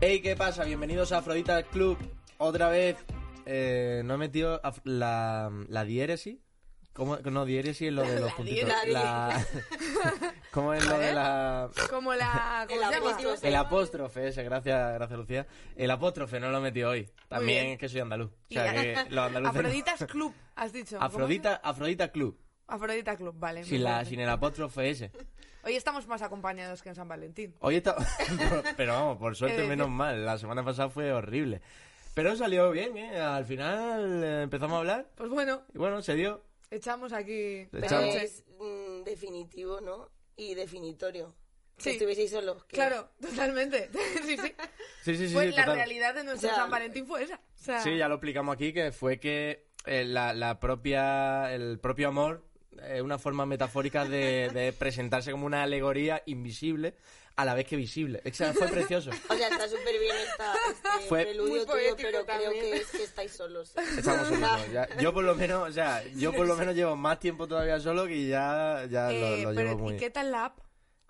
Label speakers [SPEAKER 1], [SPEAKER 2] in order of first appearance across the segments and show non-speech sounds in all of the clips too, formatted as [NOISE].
[SPEAKER 1] Hey, ¿qué pasa? Bienvenidos a Afrodita Club. Otra vez eh, no he metido af- la, la diéresis. ¿Cómo? No, diéresis es lo
[SPEAKER 2] [LAUGHS]
[SPEAKER 1] de los puntitos.
[SPEAKER 3] diéresis.
[SPEAKER 1] La- ¿Cómo es lo de la...?
[SPEAKER 3] [LAUGHS]
[SPEAKER 2] Como la. ¿Cómo
[SPEAKER 3] El
[SPEAKER 2] se llama?
[SPEAKER 3] aperitivo.
[SPEAKER 1] El apóstrofe ese, gracias, gracias Lucía. El apóstrofe no lo he metido hoy. También
[SPEAKER 2] bien.
[SPEAKER 1] es que soy andaluz. O
[SPEAKER 2] Y-
[SPEAKER 1] sea, que los andaluces... no.
[SPEAKER 2] Afroditas Club, has dicho. ¿Cómo
[SPEAKER 1] Afrodita, Afrodita Club.
[SPEAKER 2] se- Afrodita Club, vale. me
[SPEAKER 1] Sin, la,
[SPEAKER 2] parece.
[SPEAKER 1] sin el apóstrofe ese.
[SPEAKER 2] Hoy estamos más acompañados que en San Valentín.
[SPEAKER 1] Hoy está... Pero vamos, [LAUGHS] por
[SPEAKER 2] He de
[SPEAKER 1] suerte
[SPEAKER 2] decir.
[SPEAKER 1] menos mal. La semana pasada fue horrible. Pero salió bien, ¿eh? Al final eh, empezamos a hablar
[SPEAKER 2] Pues bueno,
[SPEAKER 1] y bueno, se dio.
[SPEAKER 2] echamos aquí.
[SPEAKER 1] Pero
[SPEAKER 3] Pero
[SPEAKER 1] Echamos.
[SPEAKER 3] es mm, definitivo, ¿no? Y definitorio. Si
[SPEAKER 2] Sí.
[SPEAKER 3] estuvieseis solos. que-
[SPEAKER 2] Claro, totalmente. [LAUGHS] sí, sí.
[SPEAKER 1] Sí, sí, sí,
[SPEAKER 2] Pues
[SPEAKER 1] sí,
[SPEAKER 2] la
[SPEAKER 1] total.
[SPEAKER 2] realidad de nuestro
[SPEAKER 3] O sea,
[SPEAKER 2] San Valentín fue esa. O sea,
[SPEAKER 1] Sí, ya lo explicamos aquí, que fue que eh, la, la propia, el propio amor es una forma metafórica
[SPEAKER 2] [LAUGHS]
[SPEAKER 1] de, de presentarse como una alegoría invisible a la vez que visible. O sea, fue
[SPEAKER 2] [LAUGHS]
[SPEAKER 1] precioso.
[SPEAKER 3] O sea, está súper bien esta, este
[SPEAKER 1] Fue-
[SPEAKER 3] preludio
[SPEAKER 2] Muy
[SPEAKER 3] tuyo,
[SPEAKER 2] poético
[SPEAKER 3] pero creo
[SPEAKER 2] también.
[SPEAKER 3] que es que estáis solos.
[SPEAKER 1] Estamos solos, ¿no? Ya- yo por lo menos, o sea, yo por lo menos llevo más tiempo todavía solo que ya, ya lo-
[SPEAKER 2] eh,
[SPEAKER 1] lo,
[SPEAKER 2] pero,
[SPEAKER 1] llevo muy...
[SPEAKER 2] ¿Y qué tal la app?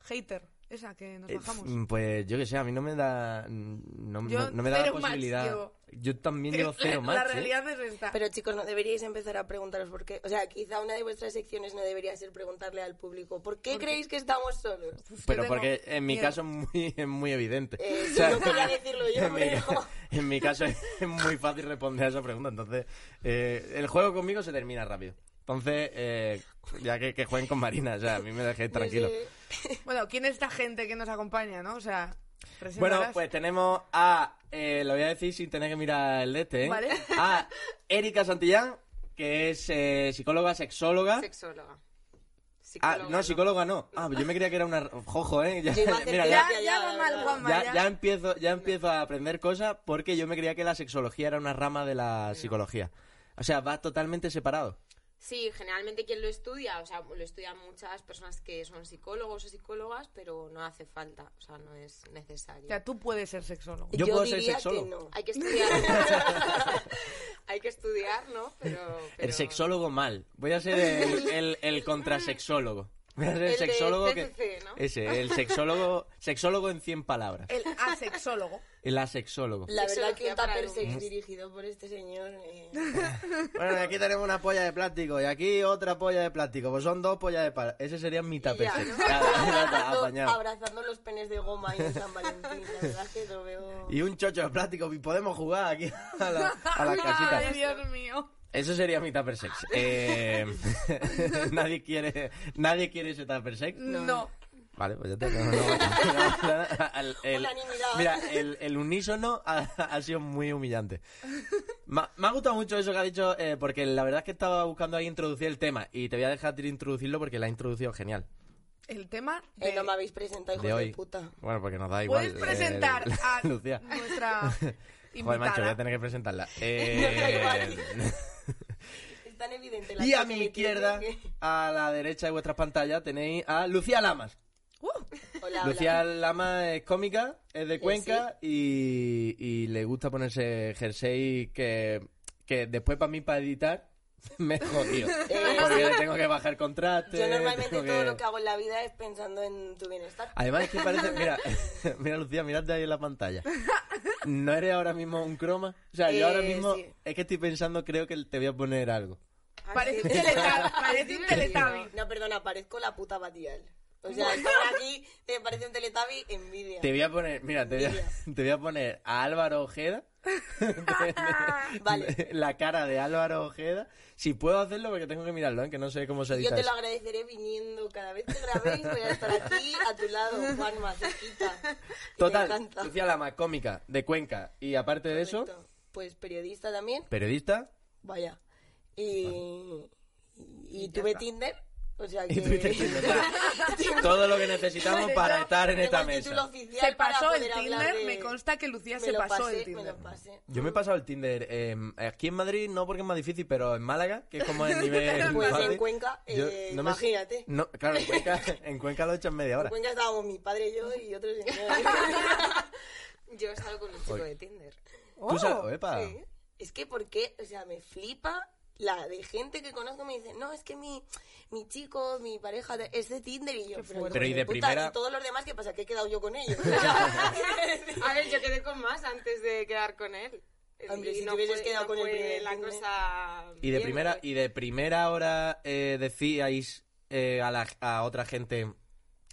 [SPEAKER 2] Hater, esa que nos
[SPEAKER 1] Eh,
[SPEAKER 2] bajamos.
[SPEAKER 1] mm, Pues yo que sé, a mí no me da no,
[SPEAKER 2] Yo
[SPEAKER 1] no- no me da la
[SPEAKER 2] cero match
[SPEAKER 1] posibilidad.
[SPEAKER 2] llevo.
[SPEAKER 1] Yo también llevo
[SPEAKER 2] Es
[SPEAKER 1] cero
[SPEAKER 2] [LAUGHS] la,
[SPEAKER 1] más. ¿eh?
[SPEAKER 2] la realidad es esta.
[SPEAKER 3] Pero chicos, no deberíais empezar a preguntaros por qué. O sea, quizá una de vuestras secciones no debería ser preguntarle al público ¿por qué creéis que estamos
[SPEAKER 2] [LAUGHS]
[SPEAKER 3] solos?
[SPEAKER 2] Yo
[SPEAKER 1] Pero
[SPEAKER 2] tengo
[SPEAKER 1] porque en mi
[SPEAKER 2] miedo.
[SPEAKER 1] caso es muy, es muy evidente.
[SPEAKER 3] Eh,
[SPEAKER 1] O sea, [LAUGHS]
[SPEAKER 3] no quería decirlo yo,
[SPEAKER 1] en, mi,
[SPEAKER 3] pero...
[SPEAKER 1] en mi caso es muy fácil responder a esa pregunta. Entonces, eh, el juego conmigo se termina rápido. Entonces, eh, ya que, que jueguen con Marina, o sea, a mí me dejé [LAUGHS] tranquilo.
[SPEAKER 3] Desde-
[SPEAKER 2] Bueno, ¿quién es esta gente que nos acompaña, no? O sea,
[SPEAKER 1] Bueno,
[SPEAKER 2] preséntalas.
[SPEAKER 1] pues tenemos a, eh, lo voy a decir sin tener que mirar el de este, ¿eh?
[SPEAKER 2] Vale.
[SPEAKER 1] a Erika Santillán, que es eh, psicóloga, sexóloga.
[SPEAKER 4] Sexóloga.
[SPEAKER 1] Ah, no, psicóloga no. Ah, yo me creía que era una... Jojo, ¿eh? Ya- [LAUGHS]
[SPEAKER 3] Yo iba a hacer
[SPEAKER 1] mira, ya-
[SPEAKER 2] Ya,
[SPEAKER 3] Gracias,
[SPEAKER 2] ya
[SPEAKER 3] ya,
[SPEAKER 2] va
[SPEAKER 3] ya,
[SPEAKER 2] mal,
[SPEAKER 3] ya.
[SPEAKER 2] Juanma.
[SPEAKER 1] Ya, ya empiezo, ya empiezo a aprender cosas porque yo me creía que la sexología era una rama de la psicología. O sea, va totalmente separado.
[SPEAKER 4] Sí, generalmente quien lo estudia, o sea, lo estudian muchas personas que son psicólogos o psicólogas, pero no hace falta, o sea, no es necesario.
[SPEAKER 2] O sea, tú puedes ser sexólogo.
[SPEAKER 1] Yo puedo ser
[SPEAKER 3] diría
[SPEAKER 1] sexólogo.
[SPEAKER 3] que no.
[SPEAKER 4] Hay que estudiar. [LAUGHS] Hay que estudiar, ¿no? Pero, pero-
[SPEAKER 1] El sexólogo mal. Voy a ser el, el- el contrasexólogo. Voy a ser el,
[SPEAKER 4] El de
[SPEAKER 1] sexólogo que...
[SPEAKER 4] CCC, ¿no?
[SPEAKER 1] Ese, el sexólogo, sexólogo en 100 palabras.
[SPEAKER 2] El asexólogo.
[SPEAKER 1] El asexólogo.
[SPEAKER 3] La verdad que
[SPEAKER 4] Sexología
[SPEAKER 3] un
[SPEAKER 4] para
[SPEAKER 3] tupper sex
[SPEAKER 4] alumnos.
[SPEAKER 3] dirigido por este señor... eh,
[SPEAKER 1] Bueno, y aquí tenemos una polla de plástico y aquí otra polla de plástico. Pues son dos pollas de plástico. Ese sería mi tapete.
[SPEAKER 3] ya, ¿no? [LAUGHS] abrazando, abrazando los penes de goma ahí en San Valentín. La verdad que lo veo...
[SPEAKER 1] Y un chocho de plástico. Y podemos jugar aquí a la, [LAUGHS] a la casita.
[SPEAKER 2] Ay, Dios mío.
[SPEAKER 1] Eso sería mi tupper [LAUGHS] sex. Eh, nadie quiere nadie quiere ese tupper sex.
[SPEAKER 2] No.
[SPEAKER 1] Vale, pues ya te [LAUGHS] no, no, no, el- el-
[SPEAKER 3] Unanimidad.
[SPEAKER 1] Mira, el, el unísono ha, ha sido muy humillante. Ma- me ha gustado mucho eso que ha dicho, eh, porque la verdad es que estaba buscando ahí introducir el tema. Y te voy a dejar de introducirlo porque la ha introducido genial.
[SPEAKER 2] El tema de...
[SPEAKER 3] Eh, no me habéis presentado,
[SPEAKER 1] de
[SPEAKER 3] hijo de,
[SPEAKER 1] hoy.
[SPEAKER 3] puta.
[SPEAKER 1] Bueno, porque nos da igual.
[SPEAKER 2] Puedes
[SPEAKER 1] eh,
[SPEAKER 2] presentar a
[SPEAKER 1] [LAUGHS] Lucía.
[SPEAKER 2] nuestra
[SPEAKER 1] Joder, macho, voy a
[SPEAKER 2] invitada.
[SPEAKER 1] tener que
[SPEAKER 3] [LAUGHS]
[SPEAKER 1] presentarla.
[SPEAKER 3] da
[SPEAKER 1] Eh,
[SPEAKER 3] igual. Es tan evidente la
[SPEAKER 1] Y a
[SPEAKER 3] cosa
[SPEAKER 1] mi
[SPEAKER 3] que tiene
[SPEAKER 1] izquierda,
[SPEAKER 3] que-
[SPEAKER 1] a la derecha de vuestras pantallas, tenéis a Lucía Lamas.
[SPEAKER 2] Uh,
[SPEAKER 3] Hola, Eh, hola.
[SPEAKER 1] Lucía Lamas es cómica, es de Cuenca y, y le gusta ponerse jersey que, que después para mí, para editar, [LAUGHS] me he
[SPEAKER 3] [LAUGHS]
[SPEAKER 1] jodido. porque le tengo que bajar contraste.
[SPEAKER 3] Eh, Yo normalmente
[SPEAKER 1] tengo
[SPEAKER 3] todo lo que hago en la vida es pensando en tu bienestar.
[SPEAKER 1] Además es que
[SPEAKER 3] [LAUGHS]
[SPEAKER 1] parece... Mira, [LAUGHS] mira Lucía, mirad de ahí en la pantalla. ¿No eres ahora mismo un croma? O sea, yo ahora
[SPEAKER 3] Eh,
[SPEAKER 1] mismo...
[SPEAKER 3] sí.
[SPEAKER 1] Es que estoy pensando, creo que te voy a poner algo.
[SPEAKER 3] Ah,
[SPEAKER 2] parece
[SPEAKER 3] [LAUGHS]
[SPEAKER 2] un teletabi. Parece un teletabi.
[SPEAKER 3] No, perdona, parezco la puta Batial. O sea, estar aquí te parece un teletabi, envidia.
[SPEAKER 1] Te voy a poner, mira, te voy a, [LAUGHS] te voy a poner a Álvaro Ojeda.
[SPEAKER 3] [LAUGHS]
[SPEAKER 1] [LAUGHS]
[SPEAKER 3] Vale.
[SPEAKER 1] La cara de Álvaro Ojeda. Si puedo hacerlo, porque tengo que mirarlo, ¿eh? que no sé cómo se
[SPEAKER 3] Yo
[SPEAKER 1] edita
[SPEAKER 3] te lo
[SPEAKER 1] eso.
[SPEAKER 3] agradeceré viniendo cada vez que grabéis. Voy a estar aquí a tu lado, Juanma, cerquita. Y Me
[SPEAKER 1] Total,
[SPEAKER 3] encanta.
[SPEAKER 1] Lucía Lama, cómica, de Cuenca. Y aparte de eso,
[SPEAKER 3] Perfecto. Pues periodista también,
[SPEAKER 1] periodista.
[SPEAKER 3] vaya. Y, y, tuve Tinder. O sea que...
[SPEAKER 1] Y Twitter,
[SPEAKER 3] [LAUGHS]
[SPEAKER 1] Twitter, Twitter. Todo lo que necesitamos para estar en
[SPEAKER 3] Tengo
[SPEAKER 1] esta
[SPEAKER 3] el título
[SPEAKER 1] mesa.
[SPEAKER 3] oficial
[SPEAKER 2] Se
[SPEAKER 3] para
[SPEAKER 2] pasó el
[SPEAKER 3] poder hablar
[SPEAKER 2] Tinder.
[SPEAKER 3] de-
[SPEAKER 2] Me consta que Lucía
[SPEAKER 3] Me
[SPEAKER 2] se
[SPEAKER 3] lo
[SPEAKER 2] pasé, pasó
[SPEAKER 3] pasé,
[SPEAKER 2] el
[SPEAKER 3] Me
[SPEAKER 2] Tinder.
[SPEAKER 3] lo pasé.
[SPEAKER 1] Yo me he pasado el Tinder eh, aquí en Madrid, no porque es más difícil, pero en Málaga, que es como
[SPEAKER 3] [LAUGHS]
[SPEAKER 1] el nivel.
[SPEAKER 3] Pues en
[SPEAKER 1] fácil,
[SPEAKER 3] Cuenca, eh,
[SPEAKER 1] no me-
[SPEAKER 3] imagínate.
[SPEAKER 1] [LAUGHS] no, claro, en Cuenca, en Cuenca lo echan media hora.
[SPEAKER 3] En Cuenca estábamos mi padre, yo y otro señor.
[SPEAKER 4] Yo salgo con un chico
[SPEAKER 1] Oy.
[SPEAKER 4] de Tinder.
[SPEAKER 1] Tú eh,
[SPEAKER 2] Oh,
[SPEAKER 1] sabes, epa.
[SPEAKER 3] Sí. [LAUGHS] Es que porque, o sea, me flipa la de gente que conozco me dice, no, es que mi, mi chico, mi pareja de- es de Tinder y yo,
[SPEAKER 2] Qué
[SPEAKER 3] pero,
[SPEAKER 2] fuerte.
[SPEAKER 1] Pero y
[SPEAKER 3] hijo
[SPEAKER 1] de
[SPEAKER 3] puta,
[SPEAKER 1] primera-
[SPEAKER 3] ¿y todos los demás, ¿qué pasa? Que he quedado yo
[SPEAKER 1] [LAUGHS]
[SPEAKER 3] con ellos. O sea,
[SPEAKER 4] A ver, yo quedé con más antes de quedar con él.
[SPEAKER 3] Hombre,
[SPEAKER 4] Y
[SPEAKER 3] si te hubieses
[SPEAKER 4] fue-
[SPEAKER 3] quedado
[SPEAKER 4] no
[SPEAKER 3] con el
[SPEAKER 4] fue
[SPEAKER 3] primer
[SPEAKER 4] la
[SPEAKER 3] Tinder.
[SPEAKER 4] cosa.
[SPEAKER 1] Y de
[SPEAKER 4] bien,
[SPEAKER 1] primera,
[SPEAKER 4] porque-
[SPEAKER 1] y de primera hora eh, decíais eh, a, la- a otra gente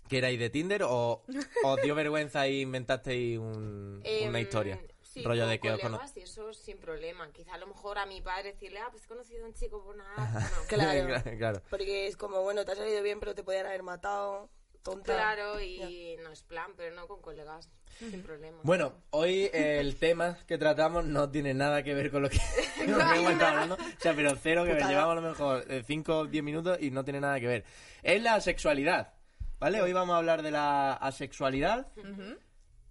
[SPEAKER 1] que erais de Tinder o os
[SPEAKER 4] [LAUGHS]
[SPEAKER 1] dio vergüenza y inventasteis un- una
[SPEAKER 4] Em,
[SPEAKER 1] historia.
[SPEAKER 4] sí,
[SPEAKER 1] rollo
[SPEAKER 4] con
[SPEAKER 1] de que os cono- [LAUGHS]
[SPEAKER 4] colegas y eso sin problema. Quizá a lo mejor a mi padre decirle, ah, pues he conocido a un chico por una
[SPEAKER 1] [LAUGHS]
[SPEAKER 4] app. No.
[SPEAKER 3] Claro.
[SPEAKER 1] claro.
[SPEAKER 3] porque es como, bueno, te ha salido bien, pero te podían haber matado. Tonta.
[SPEAKER 4] Claro, y no es plan, pero no con colegas, sin problema.
[SPEAKER 1] Bueno, hoy eh, el tema que tratamos no tiene nada que ver con lo
[SPEAKER 4] [LAUGHS]
[SPEAKER 1] que, [LAUGHS] con lo que hemos estado hablando. O sea, pero cero que
[SPEAKER 3] Putada.
[SPEAKER 1] llevamos a lo mejor 5 o 10 minutos y no tiene nada que ver. Es la asexualidad, ¿vale? Hoy vamos a hablar de la asexualidad,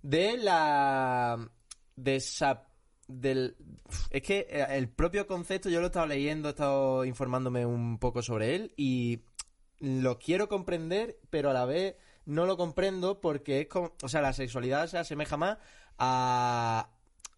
[SPEAKER 1] de la... de sa- del... Es que eh, el propio concepto yo lo he estado leyendo, he estado informándome un poco sobre él y lo quiero comprender, pero a la vez no lo comprendo porque es como, o sea, la sexualidad se asemeja más a,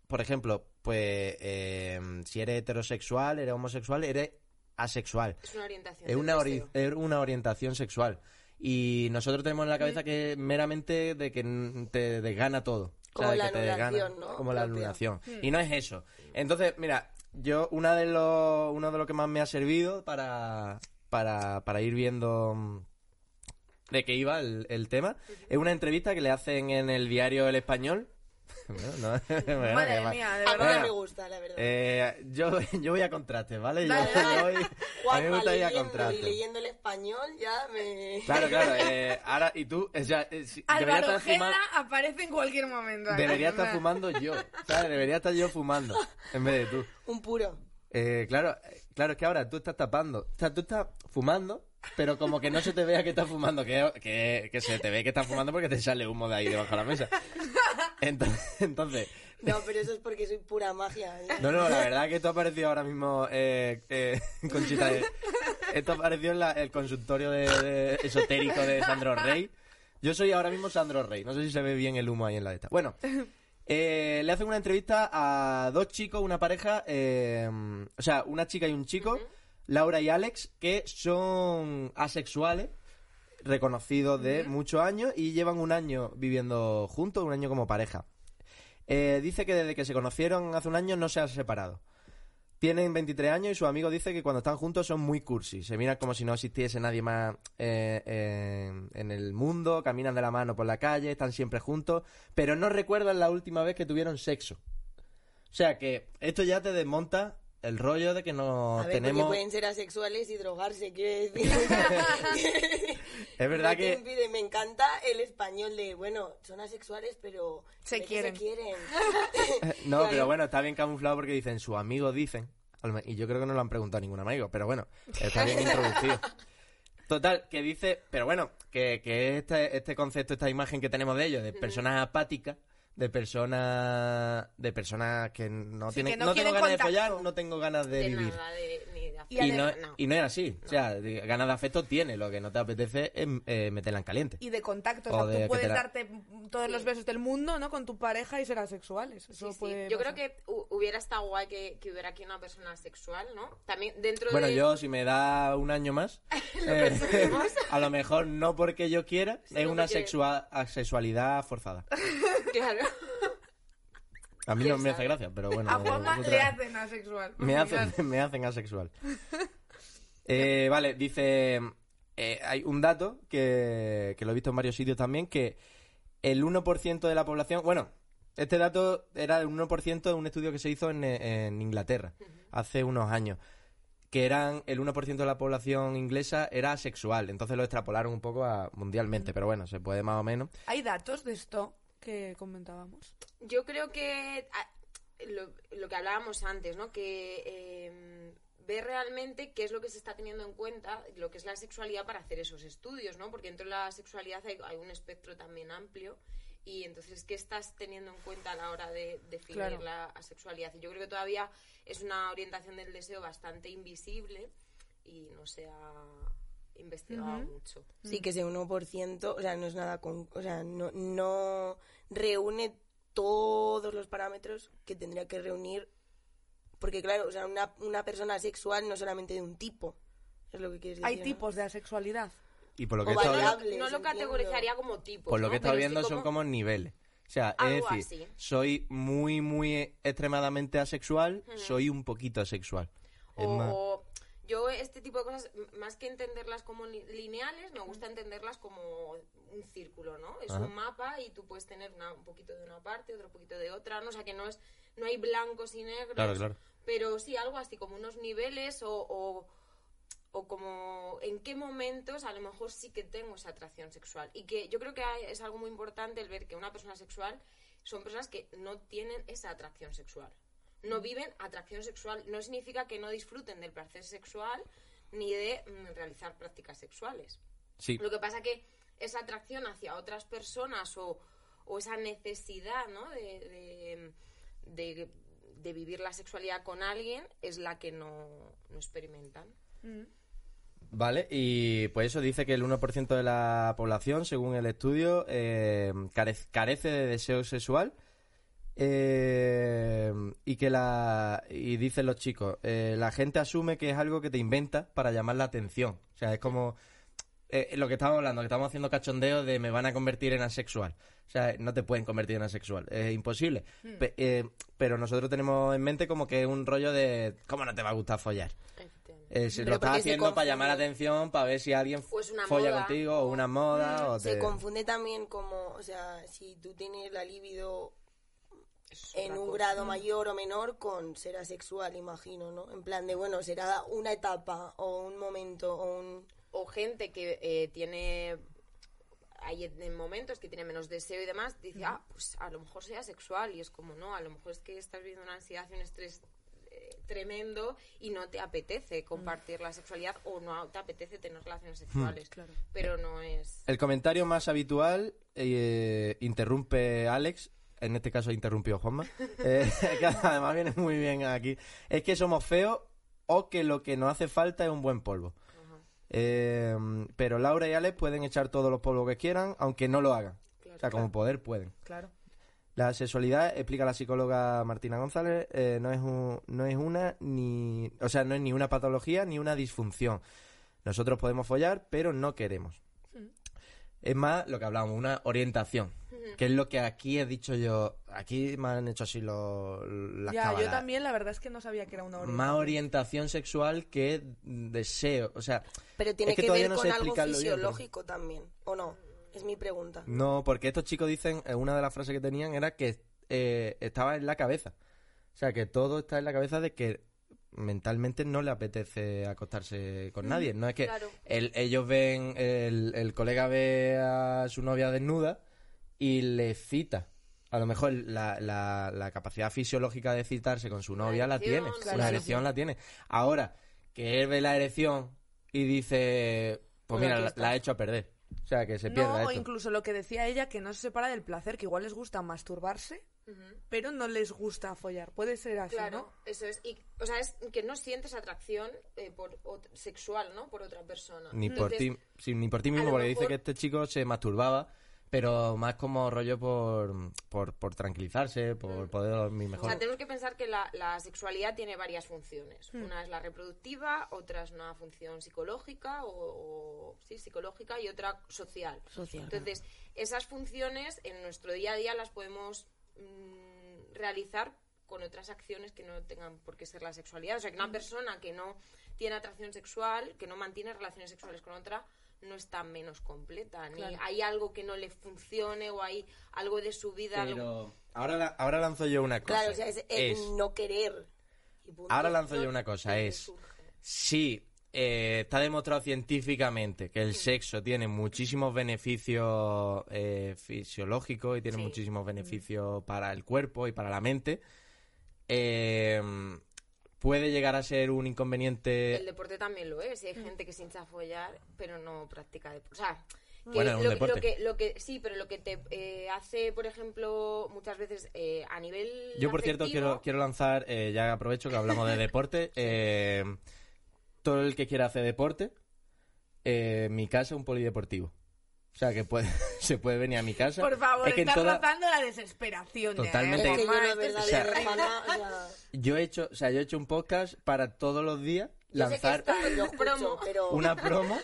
[SPEAKER 1] por ejemplo, pues eh, si eres heterosexual, eres homosexual, eres asexual.
[SPEAKER 4] es una orientación.
[SPEAKER 1] Es
[SPEAKER 4] del
[SPEAKER 1] una, ori-
[SPEAKER 4] deseo.
[SPEAKER 1] es una orientación sexual. Y nosotros tenemos en la cabeza que meramente de que n- te desgana todo.
[SPEAKER 3] Como la
[SPEAKER 1] que te desgana.
[SPEAKER 3] anulación, ¿no?
[SPEAKER 1] Como la
[SPEAKER 3] Propia.
[SPEAKER 1] anulación.
[SPEAKER 2] Hmm.
[SPEAKER 1] Y no es eso. Entonces, mira, yo una de los, uno de los que más me ha servido para, para, para ir viendo mm, de qué iba el, el tema es una entrevista que le hacen en el diario El Español. [LAUGHS] Bueno, no, [LAUGHS] bueno,
[SPEAKER 2] Madre
[SPEAKER 1] qué mal.
[SPEAKER 2] mía, de
[SPEAKER 3] A mí
[SPEAKER 2] verdad.
[SPEAKER 3] no
[SPEAKER 1] Bueno,
[SPEAKER 3] me gusta, la verdad.
[SPEAKER 1] Eh, yo, [LAUGHS] yo voy a contrastes, ¿vale? Yo,
[SPEAKER 2] Dale,
[SPEAKER 1] yo voy- [LAUGHS] a mí me
[SPEAKER 3] Juanma,
[SPEAKER 1] gusta ir a
[SPEAKER 3] leyendo y
[SPEAKER 1] contrastes.
[SPEAKER 3] leyendo el español ya me...
[SPEAKER 1] Claro, claro. eh, ahora, y tú, o sea, eh, si- debería
[SPEAKER 2] Álvaro
[SPEAKER 1] estar
[SPEAKER 2] Ojeda
[SPEAKER 1] fumando.
[SPEAKER 2] aparece en cualquier momento. aquí,
[SPEAKER 1] Debería
[SPEAKER 2] en
[SPEAKER 1] estar
[SPEAKER 2] plan.
[SPEAKER 1] fumando yo. ¿sabes? Debería estar yo fumando en vez de tú.
[SPEAKER 3] Un puro.
[SPEAKER 1] Eh, claro, eh, claro, es que ahora tú estás tapando. O sea, tú estás fumando, pero como que no se te vea que estás fumando, que, que, que se te ve que estás fumando porque te sale humo de ahí debajo de la mesa. Entonces, entonces
[SPEAKER 3] No, pero eso es porque soy pura magia. ¿eh?
[SPEAKER 1] no, no, la verdad que esto ha aparecido ahora mismo, eh, eh, [LAUGHS] Conchita. eh, esto ha aparecido en la- el consultorio de, de- esotérico de Sandro Rey. Yo soy ahora mismo Sandro Rey. No sé si se ve bien el humo ahí en la de esta. Bueno, eh, le hacen una entrevista a dos chicos, una pareja, eh, o sea, una chica y un chico, Laura y Alex, que son asexuales reconocidos de muchos años y llevan un año viviendo juntos, un año como pareja. Eh, dice que desde que se conocieron hace un año no se han separado. Tienen 23 años y su amigo dice que cuando están juntos son muy cursi. Se miran como si no existiese nadie más eh, eh, en el mundo, caminan de la mano por la calle, están siempre juntos, pero no recuerdan la última vez que tuvieron sexo. O sea que esto ya te desmonta el rollo de que no
[SPEAKER 3] A ver,
[SPEAKER 1] tenemos...
[SPEAKER 3] porque pueden ser asexuales y drogarse, quiero decir.
[SPEAKER 1] [LAUGHS] Es verdad
[SPEAKER 3] No te
[SPEAKER 1] que...
[SPEAKER 3] impide, [LAUGHS] me encanta el español de, bueno, son asexuales, pero...
[SPEAKER 2] Se
[SPEAKER 3] ve que
[SPEAKER 2] quieren.
[SPEAKER 3] Se quieren.
[SPEAKER 1] No,
[SPEAKER 3] Claro.
[SPEAKER 1] pero bueno, está bien camuflado porque dicen, sus amigos dicen. A lo me- Y yo creo que no lo han preguntado a ningún amigo, pero bueno, está bien introducido. Total, que dice, pero bueno, que, que este, este concepto, esta imagen que tenemos de ellos, de personas apáticas, de personas de personas que no
[SPEAKER 2] Sí,
[SPEAKER 1] tienen
[SPEAKER 2] que no
[SPEAKER 1] tengo
[SPEAKER 2] quieren
[SPEAKER 1] ganas de follar,
[SPEAKER 2] contacto.
[SPEAKER 1] no tengo ganas de,
[SPEAKER 4] De
[SPEAKER 1] vivir.
[SPEAKER 4] nada, de, ni de
[SPEAKER 2] Y
[SPEAKER 1] Y, no,
[SPEAKER 4] afecto, no.
[SPEAKER 1] y no es así. O sea, de- ganas de afecto tiene, lo que no te apetece es eh, meterla en caliente.
[SPEAKER 2] Y de contacto. O
[SPEAKER 1] O
[SPEAKER 2] sea,
[SPEAKER 1] de que
[SPEAKER 2] tú puedes
[SPEAKER 1] te la-
[SPEAKER 2] darte todos los besos del mundo, ¿no? Con tu pareja y ser asexuales.
[SPEAKER 4] Sí,
[SPEAKER 2] Eso
[SPEAKER 4] sí.
[SPEAKER 2] puede
[SPEAKER 4] Yo
[SPEAKER 2] pasar.
[SPEAKER 4] creo que hu- hubiera estado guay que, que hubiera aquí una persona sexual, ¿no? También dentro
[SPEAKER 1] Bueno,
[SPEAKER 4] de...
[SPEAKER 1] yo si me da un año
[SPEAKER 4] [LAUGHS]
[SPEAKER 1] más, eh, [LAUGHS] a lo mejor no porque yo quiera, es
[SPEAKER 4] no
[SPEAKER 1] una
[SPEAKER 4] porque-
[SPEAKER 1] sexua- asexualidad forzada.
[SPEAKER 4] [LAUGHS] Claro.
[SPEAKER 1] A mí no me hace gracia, pero bueno.
[SPEAKER 2] A
[SPEAKER 1] eh,
[SPEAKER 2] Juanma
[SPEAKER 1] otra-
[SPEAKER 2] le hacen asexual.
[SPEAKER 1] me, hacen, [LAUGHS]
[SPEAKER 2] Claro.
[SPEAKER 1] me hacen asexual. Eh, vale, dice... eh, hay un dato que, que lo he visto en varios sitios también, que el 1% de la población... Bueno, este dato era el 1% de un estudio que se hizo en, eh, en Inglaterra hace unos años, que eran el 1% de la población inglesa era asexual, entonces lo extrapolaron un poco a mundialmente, pero bueno, se puede más o menos.
[SPEAKER 2] Hay datos de esto que comentábamos.
[SPEAKER 4] Yo creo que ah, lo, lo que hablábamos antes, ¿no? Que eh, ver realmente qué es lo que se está teniendo en cuenta, lo que es la sexualidad para hacer esos estudios, ¿no? Porque dentro de la sexualidad hay, hay un espectro también amplio. Y entonces, ¿qué estás teniendo en cuenta a la hora de definir
[SPEAKER 2] Claro.
[SPEAKER 4] la asexualidad? Y yo creo que todavía es una orientación del deseo bastante invisible y no se ha investigado
[SPEAKER 2] Ujú.
[SPEAKER 4] mucho.
[SPEAKER 3] Sí, que ese 1%, o sea, no es nada con... O sea, no, no reúne todos los parámetros que tendría que reunir. Porque, claro, o sea, una, una persona asexual no solamente de un tipo. Es lo que quieres decir.
[SPEAKER 2] Hay
[SPEAKER 3] ¿no?
[SPEAKER 2] tipos de asexualidad.
[SPEAKER 1] Y por lo que he
[SPEAKER 3] O
[SPEAKER 1] estado
[SPEAKER 4] Bueno,
[SPEAKER 1] viendo,
[SPEAKER 3] variables,
[SPEAKER 4] no lo
[SPEAKER 3] entiendo.
[SPEAKER 4] categorizaría como tipo.
[SPEAKER 1] por lo
[SPEAKER 4] ¿no?
[SPEAKER 1] que he estado
[SPEAKER 4] Pero sí
[SPEAKER 1] viendo son como niveles. O sea, es
[SPEAKER 4] Algo
[SPEAKER 1] decir,
[SPEAKER 4] así.
[SPEAKER 1] soy muy, muy extremadamente asexual, soy un poquito asexual. Es
[SPEAKER 4] o,
[SPEAKER 1] más-
[SPEAKER 4] o- yo este tipo de cosas, m- más que entenderlas como li- lineales, me gusta entenderlas como un círculo, ¿no? Es
[SPEAKER 1] Ajá.
[SPEAKER 4] un mapa y tú puedes tener una- un poquito de una parte, otro poquito de otra, ¿no? O sea, que no es no hay blancos y negros.
[SPEAKER 1] Claro, claro.
[SPEAKER 4] Pero sí, algo así, como unos niveles o, o, o como en qué momentos a lo mejor sí que tengo esa atracción sexual. Y que yo creo que hay- es algo muy importante el ver que una persona sexual son personas que no tienen esa atracción sexual. No viven atracción sexual. No significa que no disfruten del placer sexual ni de mm, realizar prácticas sexuales.
[SPEAKER 1] Sí,
[SPEAKER 4] Lo que pasa que esa atracción hacia otras personas o, o esa necesidad ¿no? de, de- de- de vivir la sexualidad con alguien es la que no, no experimentan.
[SPEAKER 1] Vale, y pues eso dice que el 1% de la población, según el estudio, eh, carez- carece de deseo sexual. Eh, y que la. Y dicen los chicos, eh, la gente asume que es algo que te inventas para llamar la atención. O sea, es como. eh, lo que estamos hablando, que estamos haciendo cachondeo de me van a convertir en asexual. O sea, no te pueden convertir en asexual. Es imposible. Pe- eh, pero nosotros tenemos en mente como que es un rollo de. ¿Cómo no te va a gustar follar? Eh, se
[SPEAKER 3] Pero
[SPEAKER 1] lo estás
[SPEAKER 3] porque se
[SPEAKER 1] haciendo para
[SPEAKER 3] confunde.
[SPEAKER 1] llamar la atención, para ver si alguien
[SPEAKER 4] O es una
[SPEAKER 1] folla
[SPEAKER 4] moda.
[SPEAKER 1] contigo, o una moda, o
[SPEAKER 3] Mm, Se
[SPEAKER 1] te...
[SPEAKER 3] confunde también como, o sea, si tú tienes la libido
[SPEAKER 4] Eso es
[SPEAKER 3] en
[SPEAKER 4] otra
[SPEAKER 3] un
[SPEAKER 4] cosa. Mm.
[SPEAKER 3] grado mayor o menor con ser asexual, imagino, ¿no? En plan de, bueno, será una etapa o un momento o un...
[SPEAKER 4] O gente que eh, tiene. Hay en en momentos que tiene menos deseo y demás, dice, ah, pues a lo mejor sea sexual. Y es como, no, a lo mejor es que estás viviendo una ansiedad y un estrés eh, tremendo y no te apetece compartir la sexualidad o no te apetece tener relaciones sexuales.
[SPEAKER 2] Claro.
[SPEAKER 4] Pero no es.
[SPEAKER 1] El comentario más habitual eh, interrumpe Alex, en este caso ha interrumpido
[SPEAKER 3] [LAUGHS]
[SPEAKER 1] Juanma, eh, [LAUGHS] que además viene muy bien aquí. Es que somos feos o que lo que nos hace falta es un buen polvo. Eh, pero Laura y Alex pueden echar todos los polvos que quieran, aunque no lo hagan.
[SPEAKER 4] Claro.
[SPEAKER 1] o sea, como poder pueden.
[SPEAKER 2] Claro.
[SPEAKER 1] La sexualidad, explica la psicóloga Martina González, eh, no, es un- no es una ni. O sea, no es ni una patología ni una disfunción. Nosotros podemos follar, pero no queremos.
[SPEAKER 2] Mm.
[SPEAKER 1] Es más lo que hablamos, una orientación.
[SPEAKER 2] Mm.
[SPEAKER 1] Que es lo que aquí he dicho yo. Aquí me han hecho así los, las
[SPEAKER 2] ya, yo
[SPEAKER 1] cábalas.
[SPEAKER 2] también la verdad es que no sabía que era una orina.
[SPEAKER 1] Más orientación sexual que deseo. O sea,
[SPEAKER 3] Pero tiene
[SPEAKER 1] Es que
[SPEAKER 3] que,
[SPEAKER 1] todavía
[SPEAKER 3] ver
[SPEAKER 1] no sé
[SPEAKER 3] con algo
[SPEAKER 1] explicarlo bien, pero-
[SPEAKER 3] fisiológico también, ¿o no? Es mi pregunta.
[SPEAKER 1] No, porque estos chicos dicen, eh, una de las frases que tenían era que eh, estaba en la cabeza. O sea, que todo está en la cabeza de que mentalmente no le apetece acostarse con nadie. No es que
[SPEAKER 4] claro.
[SPEAKER 1] el- ellos ven, el, el colega ve a su novia desnuda y le cita. A lo mejor la, la- la capacidad fisiológica de citarse con su novia la
[SPEAKER 4] erección,
[SPEAKER 1] tiene,
[SPEAKER 4] claro.
[SPEAKER 1] la erección la tiene. Ahora, que él ve la erección y dice, pues
[SPEAKER 4] Bueno,
[SPEAKER 1] mira,
[SPEAKER 4] aquí
[SPEAKER 1] la,
[SPEAKER 4] está.
[SPEAKER 1] la ha hecho a perder. O sea, que se pierda
[SPEAKER 2] No, o
[SPEAKER 1] esto.
[SPEAKER 2] incluso lo que decía ella, que no se separa del placer, que igual les gusta masturbarse,
[SPEAKER 4] Ujú.
[SPEAKER 2] pero no les gusta follar. Puede ser así,
[SPEAKER 4] Claro,
[SPEAKER 2] ¿no?
[SPEAKER 4] eso es. Y, o sea, es que no sientes atracción eh, por ot- sexual, ¿no? Por otra persona.
[SPEAKER 1] Ni por
[SPEAKER 4] Entonces,
[SPEAKER 1] ti, sí, ni por ti
[SPEAKER 4] Mm, a
[SPEAKER 1] mismo,
[SPEAKER 4] lo
[SPEAKER 1] porque dice
[SPEAKER 4] mejor-
[SPEAKER 1] que este chico se masturbaba, pero más como rollo por, por, por tranquilizarse, por poder dormir
[SPEAKER 4] Mm. O
[SPEAKER 1] mejor.
[SPEAKER 4] sea, tenemos que pensar que la, la sexualidad tiene varias funciones. Una es la reproductiva, otra es una función psicológica o, o- sí, psicológica y otra social.
[SPEAKER 3] Social,
[SPEAKER 4] Entonces, esas funciones en nuestro día a día las podemos mm, realizar con otras acciones que no tengan por qué ser la sexualidad. O sea, que una persona que no tiene atracción sexual, que no mantiene relaciones sexuales con otra, no está menos completa. Ni
[SPEAKER 2] Claro.
[SPEAKER 4] hay algo que no le funcione o hay algo de su vida. algo-
[SPEAKER 1] Pero ahora, la- ahora lanzo yo una cosa.
[SPEAKER 3] Claro, o sea, es el
[SPEAKER 1] Es-
[SPEAKER 3] no querer. Y punto.
[SPEAKER 1] ahora lanzo yo una cosa,
[SPEAKER 4] que
[SPEAKER 1] es...
[SPEAKER 4] surge.
[SPEAKER 1] Sí, eh, está demostrado científicamente que el sexo tiene muchísimos beneficios eh, fisiológicos y tiene
[SPEAKER 4] Sí.
[SPEAKER 1] muchísimos beneficios para el cuerpo y para la mente. Eh, puede llegar a ser un inconveniente
[SPEAKER 4] El deporte también lo es. y Hay gente que se hincha a follar, pero no practica deporte. O sea, que
[SPEAKER 1] Bueno, es un
[SPEAKER 4] lo,
[SPEAKER 1] deporte.
[SPEAKER 4] lo que, lo que- sí, pero lo que te eh, hace, por ejemplo, muchas veces eh, a nivel.
[SPEAKER 1] Yo, por cierto,
[SPEAKER 4] afectivo,
[SPEAKER 1] quiero, quiero lanzar, eh, ya aprovecho que hablamos de deporte. eh, todo el que quiera hacer deporte, eh, en mi casa un polideportivo. O sea, que puede, [LAUGHS] se puede venir a mi casa.
[SPEAKER 5] Por favor,
[SPEAKER 1] es que en
[SPEAKER 5] estás
[SPEAKER 1] toda-
[SPEAKER 5] rozando la desesperación. ya, ¿eh?
[SPEAKER 1] Totalmente.
[SPEAKER 3] Es que yo,
[SPEAKER 5] Mamá,
[SPEAKER 3] la
[SPEAKER 5] esto es-
[SPEAKER 3] verdad,
[SPEAKER 1] o sea-
[SPEAKER 3] de hermana, o
[SPEAKER 1] [LAUGHS]
[SPEAKER 3] sea,
[SPEAKER 1] Yo he hecho, o sea, yo he hecho un podcast para todos los días
[SPEAKER 4] Yo sé que
[SPEAKER 1] lanzar
[SPEAKER 4] está en
[SPEAKER 3] lo
[SPEAKER 4] los
[SPEAKER 3] escucho,
[SPEAKER 4] promos.
[SPEAKER 3] pero...
[SPEAKER 1] [LAUGHS] una promo,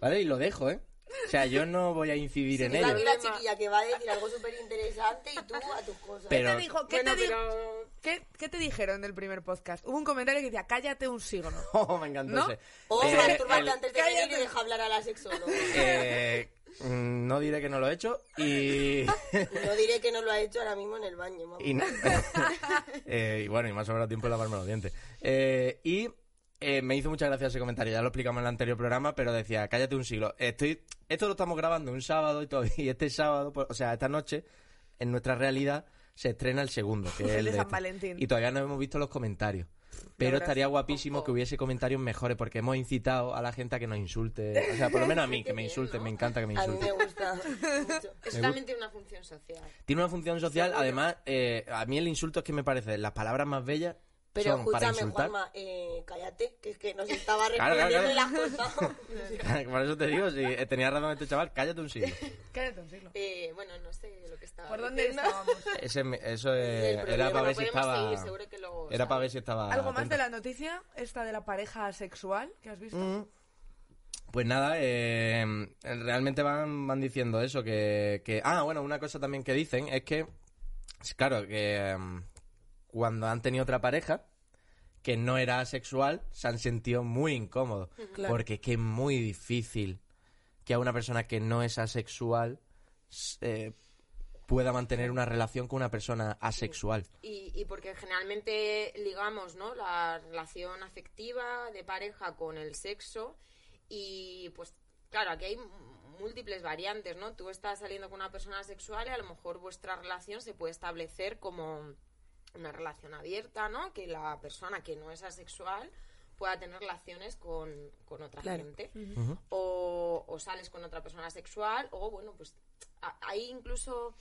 [SPEAKER 1] ¿vale? Y lo dejo, ¿eh? O sea, yo no voy a incidir en
[SPEAKER 3] Es la
[SPEAKER 1] ello.
[SPEAKER 3] vida chiquilla que va a decir algo súper interesante y tú a tus cosas.
[SPEAKER 5] ¿Qué
[SPEAKER 1] Pero-
[SPEAKER 5] te dijo? ¿Qué
[SPEAKER 4] Bueno,
[SPEAKER 5] te dijo?
[SPEAKER 4] pero...
[SPEAKER 5] ¿Qué, qué te dijeron del primer podcast? Hubo un comentario que decía, cállate un siglo.
[SPEAKER 1] [LAUGHS] Oh, me encantó
[SPEAKER 5] ¿No?
[SPEAKER 1] ese.
[SPEAKER 3] O
[SPEAKER 1] Eh,
[SPEAKER 3] masturbarte
[SPEAKER 1] el-
[SPEAKER 3] antes de
[SPEAKER 5] Cállate.
[SPEAKER 3] venir y deja hablar a la sexóloga.
[SPEAKER 1] eh, mm, no diré que no lo he hecho y...
[SPEAKER 3] No diré que no lo ha hecho ahora mismo en el baño, mamá.
[SPEAKER 5] [LAUGHS]
[SPEAKER 1] y, na- Eh, y bueno, y me ha sobrado tiempo de lavarme los dientes. Eh, y eh, me hizo muchas gracias ese comentario, ya lo explicamos en el anterior programa, pero decía, cállate un siglo. Estoy, esto lo estamos grabando un sábado y, todo, [LAUGHS] y este sábado, pues, o sea, esta noche, en nuestra realidad, se estrena el segundo,
[SPEAKER 5] [LAUGHS]
[SPEAKER 1] que es
[SPEAKER 5] El
[SPEAKER 1] el
[SPEAKER 5] de
[SPEAKER 1] de
[SPEAKER 5] San
[SPEAKER 1] este.
[SPEAKER 5] Valentín.
[SPEAKER 1] Y todavía no hemos visto los comentarios. Pero
[SPEAKER 5] habrás-
[SPEAKER 1] estaría guapísimo que hubiese comentarios mejores, porque hemos incitado a la gente a que nos insulte. O sea, por lo menos a mí, que
[SPEAKER 5] [LAUGHS]
[SPEAKER 1] me insulten, me encanta que me
[SPEAKER 3] A mí
[SPEAKER 1] insulten.
[SPEAKER 3] me gusta mucho.
[SPEAKER 4] Eso también tiene una función social.
[SPEAKER 1] Tiene una función social, además, eh, a mí el insulto es que me parece las palabras más bellas
[SPEAKER 3] Pero
[SPEAKER 1] son para
[SPEAKER 3] escúchame,
[SPEAKER 1] insultar.
[SPEAKER 3] Juanma, eh, cállate, que es que nos estaba
[SPEAKER 1] Claro, claro,
[SPEAKER 3] respondiendo las cosas.
[SPEAKER 1] [LAUGHS]
[SPEAKER 3] [LAUGHS]
[SPEAKER 1] Por eso te digo, si eh, tenía razón este chaval, cállate un
[SPEAKER 4] [LAUGHS]
[SPEAKER 1] siglo.
[SPEAKER 5] Cállate un siglo.
[SPEAKER 4] Eh, bueno, no sé lo que estaba
[SPEAKER 5] ¿Por dónde
[SPEAKER 4] diciendo.
[SPEAKER 5] estábamos?
[SPEAKER 1] Ese, me- eso eh,
[SPEAKER 4] El problema,
[SPEAKER 1] era para ver si
[SPEAKER 4] podemos
[SPEAKER 1] estaba.
[SPEAKER 4] seguir, seguro que luego
[SPEAKER 1] era para
[SPEAKER 4] sale.
[SPEAKER 1] ver si estaba.
[SPEAKER 5] ¿Algo más
[SPEAKER 1] atento.
[SPEAKER 5] de la noticia? Esta de la pareja asexual que has visto.
[SPEAKER 2] Mm.
[SPEAKER 1] Pues nada, eh, realmente van, van diciendo eso, que, que- Ah, bueno, una cosa también que dicen es que, es claro, que em, cuando han tenido otra pareja que no era asexual, se han sentido muy incómodos.
[SPEAKER 3] Claro.
[SPEAKER 1] Porque es que es muy difícil que a una persona que no es asexual s- eh, pueda mantener una relación con una persona asexual.
[SPEAKER 4] Y, y porque generalmente ligamos ¿no? la relación afectiva de pareja con el sexo y pues claro, aquí hay m- múltiples variantes, ¿no? Tú estás saliendo con una persona sexual y a lo mejor vuestra relación se puede establecer como una relación abierta, ¿no? Que la persona que no es asexual pueda tener relaciones con, con otra
[SPEAKER 3] Claro.
[SPEAKER 4] gente. o, o sales con otra persona sexual, o bueno, pues a- ahí incluso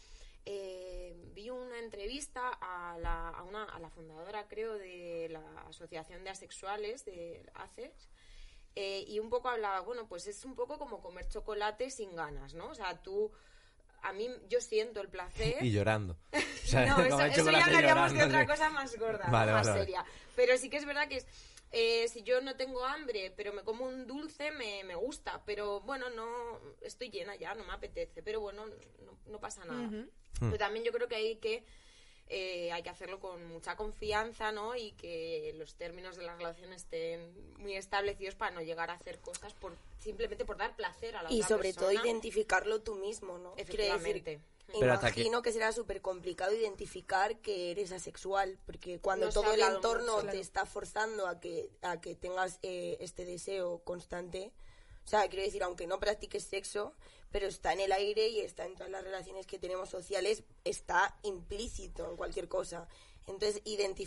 [SPEAKER 4] eh, vi una entrevista a la, a, una, a la fundadora, creo, de la Asociación de Asexuales, de ACES, eh, y un poco hablaba, bueno, pues es un poco como comer chocolate sin ganas, ¿no? O sea, tú, a mí, yo siento el
[SPEAKER 1] [LAUGHS]
[SPEAKER 4] placer.
[SPEAKER 1] Y llorando. O sea, [LAUGHS]
[SPEAKER 4] No,
[SPEAKER 1] como
[SPEAKER 4] eso,
[SPEAKER 1] el
[SPEAKER 4] eso ya
[SPEAKER 1] chocolate
[SPEAKER 4] hablaríamos de
[SPEAKER 1] llorando,
[SPEAKER 4] otra
[SPEAKER 1] sí.
[SPEAKER 4] cosa más gorda, ¿no?
[SPEAKER 1] Vale,
[SPEAKER 4] más
[SPEAKER 1] vale, vale.
[SPEAKER 4] seria. Pero sí que es verdad que es, eh, si yo no tengo hambre, pero me como un dulce, me, me gusta. Pero bueno, no estoy llena ya, no me apetece. Pero bueno, no, no pasa nada.
[SPEAKER 1] Hmm.
[SPEAKER 4] Pero también yo creo que hay que eh, hay que hacerlo con mucha confianza, ¿no? Y que los términos de la relación estén muy establecidos para no llegar a hacer cosas por simplemente por dar placer a la
[SPEAKER 3] Y
[SPEAKER 4] otra
[SPEAKER 3] sobre todo
[SPEAKER 4] persona.
[SPEAKER 3] identificarlo tú mismo, ¿no? Quiero decir,
[SPEAKER 4] Efectivamente.
[SPEAKER 1] Pero hasta que-
[SPEAKER 3] imagino que... será súper complicado identificar que eres asexual, porque cuando
[SPEAKER 4] No se ha
[SPEAKER 3] todo el
[SPEAKER 4] hablado
[SPEAKER 3] entorno
[SPEAKER 4] mucho,
[SPEAKER 3] te
[SPEAKER 4] claro.
[SPEAKER 3] está forzando a que, a que tengas eh, este deseo constante, o sea, quiero decir, aunque no practiques sexo, pero está en el aire y está en todas las relaciones que tenemos sociales, está implícito en cualquier cosa. Entonces,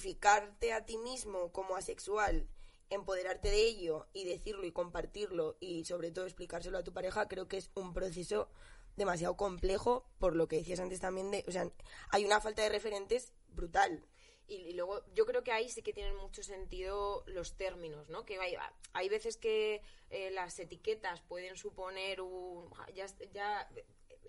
[SPEAKER 3] identificarte a ti mismo como asexual, empoderarte de ello y decirlo y compartirlo y sobre todo explicárselo a tu pareja, creo que es un proceso demasiado complejo por lo que decías antes también de, o sea, hay una falta de referentes brutal.
[SPEAKER 4] Y, y luego yo creo que ahí sí que tienen mucho sentido los términos, ¿no? Que hay, hay veces que eh, las etiquetas pueden suponer un... Ya, ya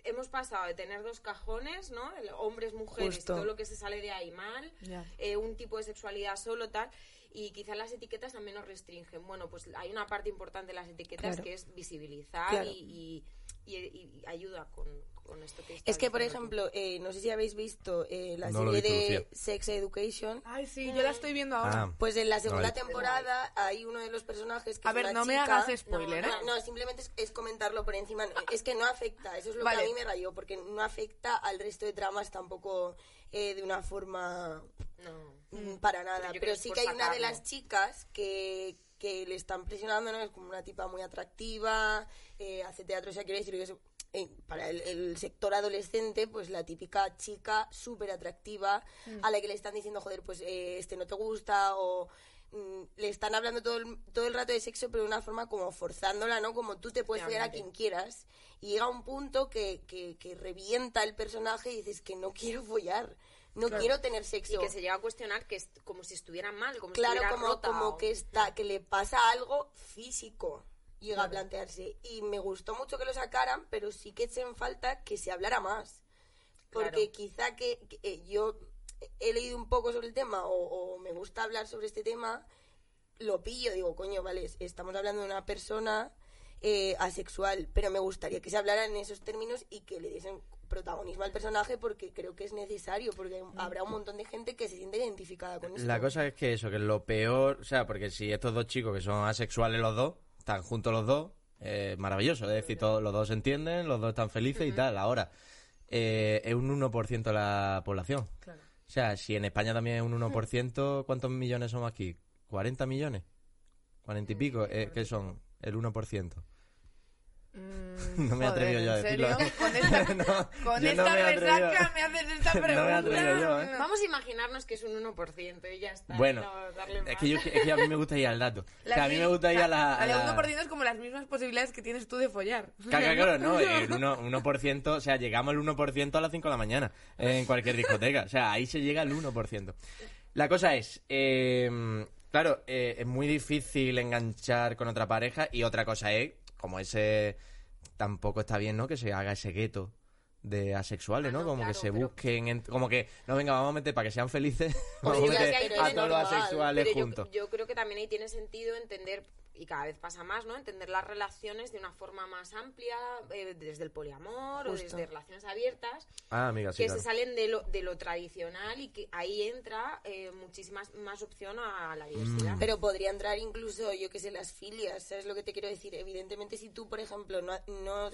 [SPEAKER 4] hemos pasado de tener dos cajones, ¿no? El- hombres, mujeres,
[SPEAKER 3] Justo.
[SPEAKER 4] todo lo que se sale de ahí mal,
[SPEAKER 5] Ya.
[SPEAKER 4] eh, un tipo de sexualidad solo, tal. Y quizás las etiquetas también nos restringen. Bueno, pues hay una parte importante de las etiquetas
[SPEAKER 3] Claro.
[SPEAKER 4] que es visibilizar
[SPEAKER 3] Claro.
[SPEAKER 4] y, y- y- y ayuda con, con esto que
[SPEAKER 3] Es que, por
[SPEAKER 4] estableces tú.
[SPEAKER 3] ejemplo, eh, no sé si habéis visto eh, la
[SPEAKER 1] No lo he
[SPEAKER 3] serie
[SPEAKER 1] visto,
[SPEAKER 3] de
[SPEAKER 1] Lucía.
[SPEAKER 3] Sex Education.
[SPEAKER 5] Ay, sí, yo la estoy viendo ahora.
[SPEAKER 1] Ah,
[SPEAKER 3] Pues en la segunda
[SPEAKER 1] Vale.
[SPEAKER 3] temporada hay uno de los personajes que
[SPEAKER 5] A
[SPEAKER 3] es
[SPEAKER 5] ver,
[SPEAKER 3] una
[SPEAKER 5] no me
[SPEAKER 3] chica-
[SPEAKER 5] hagas spoiler,
[SPEAKER 3] No,
[SPEAKER 5] ¿eh?
[SPEAKER 3] no, simplemente es, es comentarlo por encima. No, Es que no afecta, eso es lo
[SPEAKER 5] Vale.
[SPEAKER 3] que a mí me rayó, porque no afecta al resto de tramas tampoco eh, de una forma
[SPEAKER 4] No.
[SPEAKER 3] mm, para nada.
[SPEAKER 4] Pero yo
[SPEAKER 3] Pero,
[SPEAKER 4] creo que
[SPEAKER 3] sí
[SPEAKER 4] es
[SPEAKER 3] que
[SPEAKER 4] por
[SPEAKER 3] hay una de
[SPEAKER 4] sacarlo.
[SPEAKER 3] las chicas que, que le están presionando, ¿no? Es como una tipa muy atractiva, eh, hace teatro, o sea, quiere decir que es, eh, para el, el sector adolescente, pues la típica chica súper atractiva
[SPEAKER 4] Mm.
[SPEAKER 3] a la que le están diciendo, joder, pues eh, este no te gusta o... mm, Le están hablando todo el, todo el rato de sexo, pero de una forma como forzándola, ¿no? Como tú te puedes follar a
[SPEAKER 4] Efectivamente.
[SPEAKER 3] quien quieras. Y llega un punto que, que, que revienta el personaje y dices que no quiero follar, no quiero tener sexo
[SPEAKER 4] y que se llega a cuestionar que es como si estuviera mal, como si
[SPEAKER 3] claro
[SPEAKER 4] estuviera
[SPEAKER 3] como,
[SPEAKER 4] rota
[SPEAKER 3] como
[SPEAKER 4] o-
[SPEAKER 3] que está que le pasa algo físico llega a plantearse. Y me gustó mucho que lo sacaran, pero sí que echen falta que se hablara más. Porque
[SPEAKER 4] Claro.
[SPEAKER 3] quizá que, que, eh, yo he leído un poco sobre el tema o, o me gusta hablar sobre este tema, lo pillo, digo, coño, vale, es- estamos hablando de una persona eh, asexual, pero me gustaría que se hablara en esos términos y que le diesen protagonismo al personaje porque creo que es necesario, porque hay- habrá un montón de gente que se siente identificada con esto.
[SPEAKER 1] La cosa es que eso, que lo peor, o sea, porque si estos dos chicos que son asexuales los dos, están juntos los dos, eh, maravilloso, es decir, todos, los dos se entienden, los dos están felices y tal, ahora, eh, es un 1% de la población. O sea, si en España también es un 1%, ¿cuántos millones somos aquí? ¿40 millones? ¿40 y pico? Eh, ¿Qué son? El 1%.
[SPEAKER 5] Mm,
[SPEAKER 1] [LAUGHS] No me he
[SPEAKER 5] joder,
[SPEAKER 1] atrevido yo a
[SPEAKER 5] ¿en serio?
[SPEAKER 1] decirlo, ¿eh? [LAUGHS]
[SPEAKER 5] Con esta,
[SPEAKER 1] No,
[SPEAKER 5] con
[SPEAKER 1] yo
[SPEAKER 5] esta
[SPEAKER 1] no me he atrevido.
[SPEAKER 5] resaca me haces
[SPEAKER 1] [LAUGHS]
[SPEAKER 5] esta
[SPEAKER 1] No me he
[SPEAKER 5] pregunta.
[SPEAKER 1] atrevido yo, ¿eh?
[SPEAKER 4] Vamos a imaginarnos que es un 1% y ya está.
[SPEAKER 1] Bueno,
[SPEAKER 4] no darle
[SPEAKER 1] es
[SPEAKER 4] más.
[SPEAKER 1] que, yo, es que a mí me gusta ir al dato. O sea,
[SPEAKER 5] Las
[SPEAKER 1] a mí
[SPEAKER 5] mil-
[SPEAKER 1] me gusta ir a la... a
[SPEAKER 5] Al
[SPEAKER 1] la-
[SPEAKER 5] 1% es como las mismas posibilidades que tienes tú de follar.
[SPEAKER 1] [LAUGHS] Claro, claro, claro, no, eh, el
[SPEAKER 4] [LAUGHS]
[SPEAKER 1] 1%, o sea, llegamos al 1% a las 5 de la mañana eh, en cualquier discoteca, o sea, ahí se llega al 1%. La cosa es, eh, claro, eh, es muy difícil enganchar con otra pareja y otra cosa es, como ese, tampoco está bien, ¿no? Que se haga ese gueto de asexuales,
[SPEAKER 4] Ah,
[SPEAKER 1] ¿no?
[SPEAKER 4] no,
[SPEAKER 1] como que
[SPEAKER 4] claro,
[SPEAKER 1] se
[SPEAKER 4] pero-
[SPEAKER 1] busquen, en- como que, no, venga, vamos a meter para que sean felices, [LAUGHS]
[SPEAKER 3] Pues
[SPEAKER 1] vamos a
[SPEAKER 3] sí,
[SPEAKER 1] meter
[SPEAKER 3] ya sé, pero
[SPEAKER 1] a
[SPEAKER 3] es
[SPEAKER 1] todos los
[SPEAKER 3] normal,
[SPEAKER 1] asexuales
[SPEAKER 4] Pero yo-
[SPEAKER 1] juntos.
[SPEAKER 4] Yo, creo que también ahí tiene sentido entender, y cada vez pasa más, ¿no? Entender las relaciones de una forma más amplia, eh, desde el poliamor o
[SPEAKER 3] Justo.
[SPEAKER 4] desde relaciones abiertas,
[SPEAKER 1] Ah, amiga, sí,
[SPEAKER 4] que
[SPEAKER 1] claro.
[SPEAKER 4] se salen de lo, de lo tradicional y que ahí entra eh, muchísimas más opción a la
[SPEAKER 1] Mm.
[SPEAKER 4] diversidad.
[SPEAKER 3] Pero podría entrar incluso, yo que sé, las filias, ¿sabes lo que te quiero decir? Evidentemente, si tú, por ejemplo, no, no,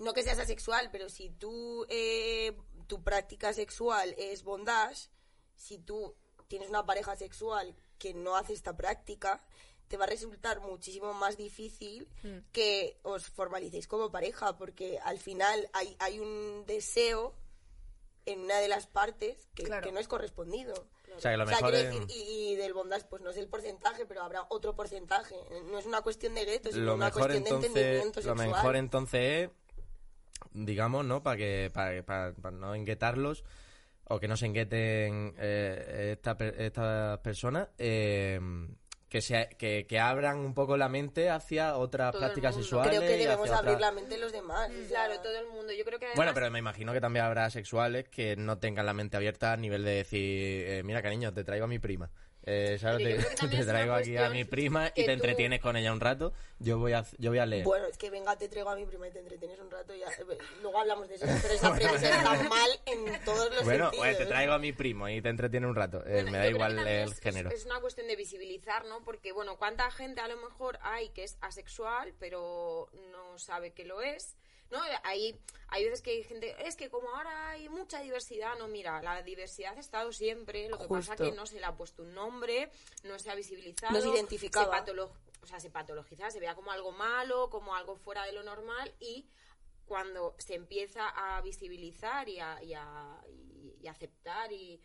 [SPEAKER 3] no que seas asexual, pero si tú, eh, tu práctica sexual es bondage, si tú tienes una pareja sexual que no hace esta práctica, te va a resultar muchísimo más difícil que os formalicéis como pareja, porque al final hay, hay un deseo en una de las partes que,
[SPEAKER 5] Claro.
[SPEAKER 3] que no es correspondido.
[SPEAKER 1] O sea, que lo mejor
[SPEAKER 3] quiero
[SPEAKER 1] es-
[SPEAKER 3] decir, y, y del bondage, pues no sé el porcentaje, pero habrá otro porcentaje. No es una cuestión de gueto,
[SPEAKER 4] Pues
[SPEAKER 3] sino
[SPEAKER 1] lo
[SPEAKER 3] una
[SPEAKER 1] mejor
[SPEAKER 3] cuestión de entendimiento
[SPEAKER 1] entonces lo
[SPEAKER 3] sexual.
[SPEAKER 1] mejor entonces es digamos no para que para, que- para- para no enguetarlos o que no se engueten eh, esta per- estas personas eh, que se que, que abran un poco la mente hacia otras
[SPEAKER 4] Todo el
[SPEAKER 1] prácticas
[SPEAKER 4] mundo.
[SPEAKER 1] sexuales
[SPEAKER 3] Creo que
[SPEAKER 1] y
[SPEAKER 3] debemos
[SPEAKER 1] hacia
[SPEAKER 3] abrir
[SPEAKER 1] otras-
[SPEAKER 3] la mente de los demás. o sea,
[SPEAKER 4] Claro, todo el mundo. Yo creo que además,
[SPEAKER 1] bueno, pero me imagino que también habrá sexuales que no tengan la mente abierta a nivel de decir, eh, mira cariño, te traigo a mi prima. Eh, ¿sabes?
[SPEAKER 4] Pero yo
[SPEAKER 1] Te, [LAUGHS]
[SPEAKER 4] creo que también
[SPEAKER 1] te
[SPEAKER 4] es una
[SPEAKER 1] traigo aquí a
[SPEAKER 4] cuestión
[SPEAKER 1] mi prima y
[SPEAKER 4] que
[SPEAKER 1] te
[SPEAKER 4] tú-
[SPEAKER 1] entretienes con ella un rato. Yo voy a, yo voy a leer.
[SPEAKER 3] Bueno, es que venga, te traigo a mi prima y te entretienes un rato. Ya. eh, Luego hablamos de eso, pero
[SPEAKER 1] [LAUGHS]
[SPEAKER 3] esa premisa está mal en todos los
[SPEAKER 1] Bueno,
[SPEAKER 3] sentidos. ¿eh?
[SPEAKER 1] oye, te traigo a mi primo y te entretiene un rato. Eh, me
[SPEAKER 4] Bueno, yo
[SPEAKER 1] da
[SPEAKER 4] creo
[SPEAKER 1] igual
[SPEAKER 4] que también
[SPEAKER 1] el
[SPEAKER 4] es-
[SPEAKER 1] género.
[SPEAKER 4] Es, es una cuestión de visibilizar, ¿no? Porque, bueno, ¿cuánta gente a lo mejor hay que es asexual, pero no sabe que lo es? ¿No? Hay, hay veces que hay gente, es que como ahora hay mucha diversidad, no, mira, la diversidad ha estado siempre, lo que pasa
[SPEAKER 3] Justo.
[SPEAKER 4] que no se le ha puesto un nombre, no se ha visibilizado,
[SPEAKER 3] No se identificaba.
[SPEAKER 4] se patolo- o sea, se patologiza, se vea como algo malo, como algo fuera de lo normal y cuando se empieza a visibilizar y a, y a- y- y aceptar y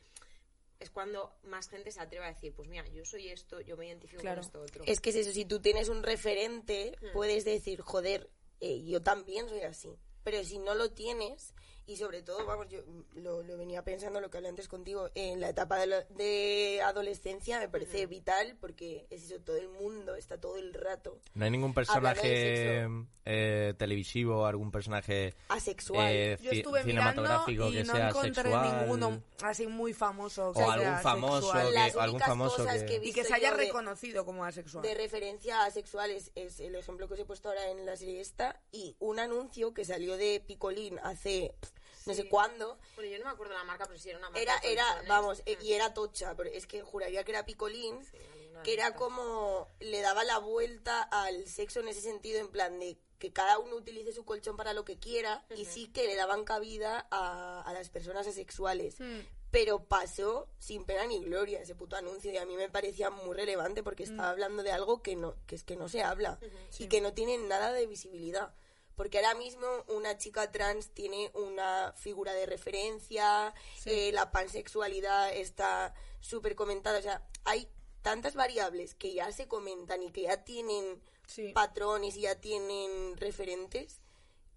[SPEAKER 4] es cuando más gente se atreve a decir, pues mira, yo soy esto, yo me identifico
[SPEAKER 5] Claro.
[SPEAKER 4] con esto otro.
[SPEAKER 3] Es que es eso, si tú tienes un referente,
[SPEAKER 4] Hmm.
[SPEAKER 3] puedes decir, joder, eh, yo también soy así. Pero si no lo tienes, y sobre todo, vamos, yo mm, lo, lo venía pensando, lo que hablé antes contigo, en la etapa de, la- de adolescencia me parece vital porque es eso, todo el mundo está todo el rato
[SPEAKER 1] No hay ningún personaje eh, televisivo o algún personaje
[SPEAKER 3] asexual.
[SPEAKER 1] eh,
[SPEAKER 5] [LAUGHS] Yo
[SPEAKER 1] ci-
[SPEAKER 5] estuve mirando
[SPEAKER 1] cinematográfico
[SPEAKER 5] y
[SPEAKER 1] que
[SPEAKER 5] no
[SPEAKER 1] sea
[SPEAKER 5] encontré
[SPEAKER 1] sexual.
[SPEAKER 5] ninguno así muy famoso. que
[SPEAKER 1] O
[SPEAKER 5] sea
[SPEAKER 1] algún famoso
[SPEAKER 5] sexual.
[SPEAKER 1] que-
[SPEAKER 3] Las
[SPEAKER 1] algún
[SPEAKER 3] únicas
[SPEAKER 1] famoso
[SPEAKER 3] cosas
[SPEAKER 1] que-
[SPEAKER 3] que he
[SPEAKER 5] Y que
[SPEAKER 3] visto
[SPEAKER 5] se haya
[SPEAKER 3] yo de-
[SPEAKER 5] reconocido como asexual.
[SPEAKER 3] de referencia a sexuales es el ejemplo que os he puesto ahora en la serie esta y un anuncio que salió de Picolín hace pff, no sé
[SPEAKER 4] Sí.
[SPEAKER 3] cuándo
[SPEAKER 4] Bueno, yo no me acuerdo la marca, pero sí era una marca.
[SPEAKER 3] era
[SPEAKER 4] de
[SPEAKER 3] era
[SPEAKER 4] colchones.
[SPEAKER 3] vamos eh, y era tocha pero es que juraría que era Picolín
[SPEAKER 4] alguna
[SPEAKER 3] que
[SPEAKER 4] de
[SPEAKER 3] era
[SPEAKER 4] estas.
[SPEAKER 3] como le daba la vuelta al sexo en ese sentido en plan de que cada uno utilice su colchón para lo que quiera y sí que le daban cabida a, a las personas asexuales
[SPEAKER 5] Mm,
[SPEAKER 3] pero pasó sin pena ni gloria ese puto anuncio y a mí me parecía muy relevante porque estaba hablando de algo que no que es que no se habla y que no tiene nada de visibilidad porque ahora mismo una chica trans tiene una figura de referencia eh, la pansexualidad está súper comentada o sea hay tantas variables que ya se comentan y que ya tienen
[SPEAKER 5] Sí.
[SPEAKER 3] patrones y ya tienen referentes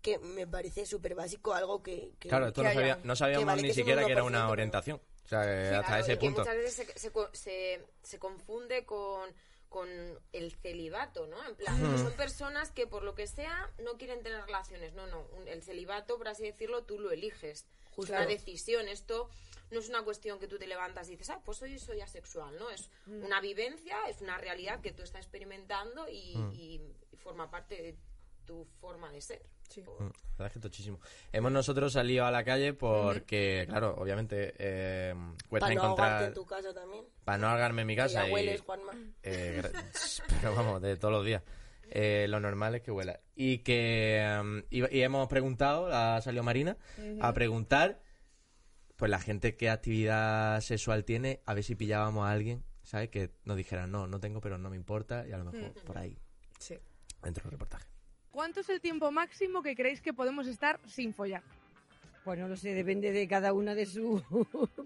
[SPEAKER 3] que me parece súper básico algo que, que-
[SPEAKER 1] Claro, esto
[SPEAKER 5] Que
[SPEAKER 1] no,
[SPEAKER 5] haya-
[SPEAKER 1] sabía- no sabíamos
[SPEAKER 3] que vale,
[SPEAKER 1] ni
[SPEAKER 3] que es un
[SPEAKER 1] siquiera que era una
[SPEAKER 3] 1%,
[SPEAKER 1] orientación. O sea, que hasta
[SPEAKER 4] Claro,
[SPEAKER 1] ese
[SPEAKER 4] y que
[SPEAKER 1] punto.
[SPEAKER 4] muchas veces se, se co- se- se confunde con, con el celibato, ¿no? En plan, que son personas que por lo que sea no quieren tener relaciones. No, no, un- el celibato, por así decirlo, tú lo eliges.
[SPEAKER 3] Justo.
[SPEAKER 4] La decisión, esto no es una cuestión que tú te levantas y dices, ah, pues hoy soy asexual, ¿no? Es
[SPEAKER 1] Mm.
[SPEAKER 4] una vivencia, es una realidad que tú estás experimentando y,
[SPEAKER 1] Mm.
[SPEAKER 4] y forma parte de tu forma de ser.
[SPEAKER 6] Sí.
[SPEAKER 1] Mm, la verdad es que tochísimo. Hemos nosotros salido a la calle porque, claro, obviamente eh, cuesta
[SPEAKER 3] Para no ahogarte
[SPEAKER 1] encontrar...
[SPEAKER 3] en tu casa también.
[SPEAKER 1] Para no ahogarme en mi
[SPEAKER 3] Que ya
[SPEAKER 1] casa
[SPEAKER 3] hueles,
[SPEAKER 1] y...
[SPEAKER 3] Juanma.
[SPEAKER 1] Eh, gra- [LAUGHS] pero vamos, de todos los días. Eh, lo normal es que huela. Y que um, iba- y hemos preguntado, ha salido Marina, a preguntar, pues la gente qué actividad sexual tiene, a ver si pillábamos a alguien, ¿sabes? Que nos dijera, no, no tengo, pero no me importa, y a lo mejor por ahí,
[SPEAKER 2] Sí.
[SPEAKER 1] dentro del reportaje.
[SPEAKER 2] ¿Cuánto es el tiempo máximo que creéis que podemos estar sin follar?
[SPEAKER 7] Pues no lo sé, depende de cada una de [LAUGHS] su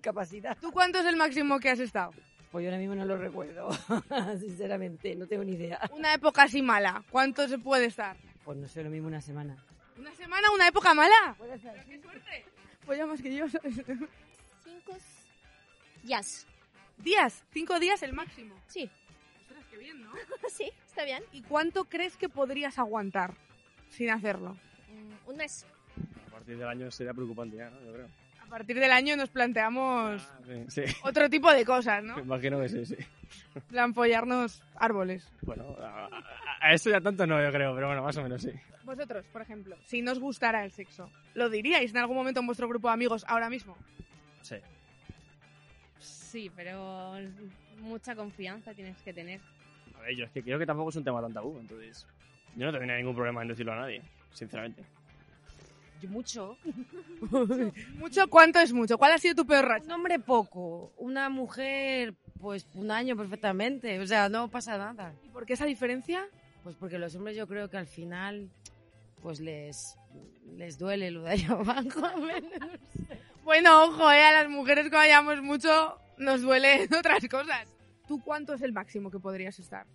[SPEAKER 7] capacidad.
[SPEAKER 2] ¿Tú cuánto es el máximo que has estado?
[SPEAKER 7] Pues yo ahora mismo no lo recuerdo, [LAUGHS] sinceramente, no tengo ni idea.
[SPEAKER 2] Una época así mala. ¿Cuánto se puede estar?
[SPEAKER 7] Pues no sé, lo mismo una semana.
[SPEAKER 2] ¿Una semana? ¿Una época mala? Pero ¡Qué suerte! Folla Pues más que yo. [LAUGHS] ¿sabes?
[SPEAKER 8] Cinco días.
[SPEAKER 2] ¿Días? ¿Cinco días el máximo?
[SPEAKER 8] Sí.
[SPEAKER 2] Ostras, qué bien, ¿no?
[SPEAKER 8] [LAUGHS] Sí, está bien.
[SPEAKER 2] ¿Y cuánto crees que podrías aguantar sin hacerlo?
[SPEAKER 8] Mm, Un [LAUGHS] mes.
[SPEAKER 9] A partir del año sería preocupante ya, ¿no? Yo creo.
[SPEAKER 2] A partir del año nos planteamos
[SPEAKER 9] Ah, sí, sí.
[SPEAKER 2] otro tipo de cosas, ¿no?
[SPEAKER 9] Me imagino que sí, sí.
[SPEAKER 2] En plan, follarnos árboles.
[SPEAKER 9] Bueno, a, a- a esto ya tanto no, yo creo, pero bueno, más o menos sí.
[SPEAKER 2] Vosotros, por ejemplo, si nos gustara el sexo, ¿lo diríais en algún momento en vuestro grupo de amigos ahora mismo?
[SPEAKER 9] Sí.
[SPEAKER 10] Sí, pero mucha confianza tienes que tener.
[SPEAKER 9] A ver, yo es que creo que tampoco es un tema tan tabú, entonces. Yo no tendría ningún problema en decirlo a nadie, sinceramente.
[SPEAKER 7] Yo mucho.
[SPEAKER 2] ¿Mucho? ¿Cuánto es mucho? ¿Cuál ha sido tu peor racha?
[SPEAKER 7] Un hombre poco, una mujer pues un año perfectamente, o sea, no pasa nada.
[SPEAKER 2] ¿Y por qué esa diferencia?
[SPEAKER 7] Pues porque los hombres yo creo que al final pues les les duele lo de ahí [LAUGHS] abajo.
[SPEAKER 2] Bueno, ojo, eh, a las mujeres que vayamos mucho nos duelen [LAUGHS] otras cosas. ¿Tú cuánto es el máximo que podrías estar?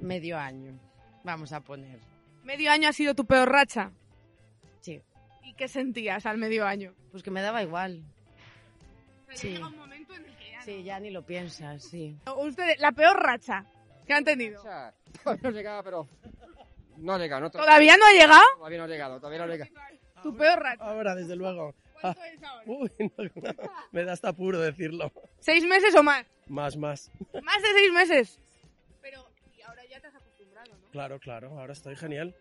[SPEAKER 7] Medio año, vamos a poner.
[SPEAKER 2] ¿Medio año ha sido tu peor racha?
[SPEAKER 7] Sí.
[SPEAKER 2] ¿Y qué sentías al medio año?
[SPEAKER 7] Pues que me daba igual. Sí.
[SPEAKER 2] Llega un momento en el que ya
[SPEAKER 7] Sí, ya ni lo piensas, sí.
[SPEAKER 2] no. Ustedes, la peor racha que han tenido.
[SPEAKER 11] O sea, [LAUGHS] no llegaba, pero. No ha llegado, no todavía
[SPEAKER 2] ¿Todavía no ha llegado?
[SPEAKER 11] no ha llegado, todavía no ha llegado.
[SPEAKER 2] Tu peor racha.
[SPEAKER 12] Ahora, desde luego. [LAUGHS]
[SPEAKER 2] ¿Cuánto es ahora?
[SPEAKER 12] Uy, no, no, me da hasta puro decirlo.
[SPEAKER 2] ¿Seis meses o más?
[SPEAKER 12] Más, más.
[SPEAKER 2] Más de seis meses. Pero y ahora ya te has acostumbrado, ¿no?
[SPEAKER 12] Claro, claro, ahora estoy genial.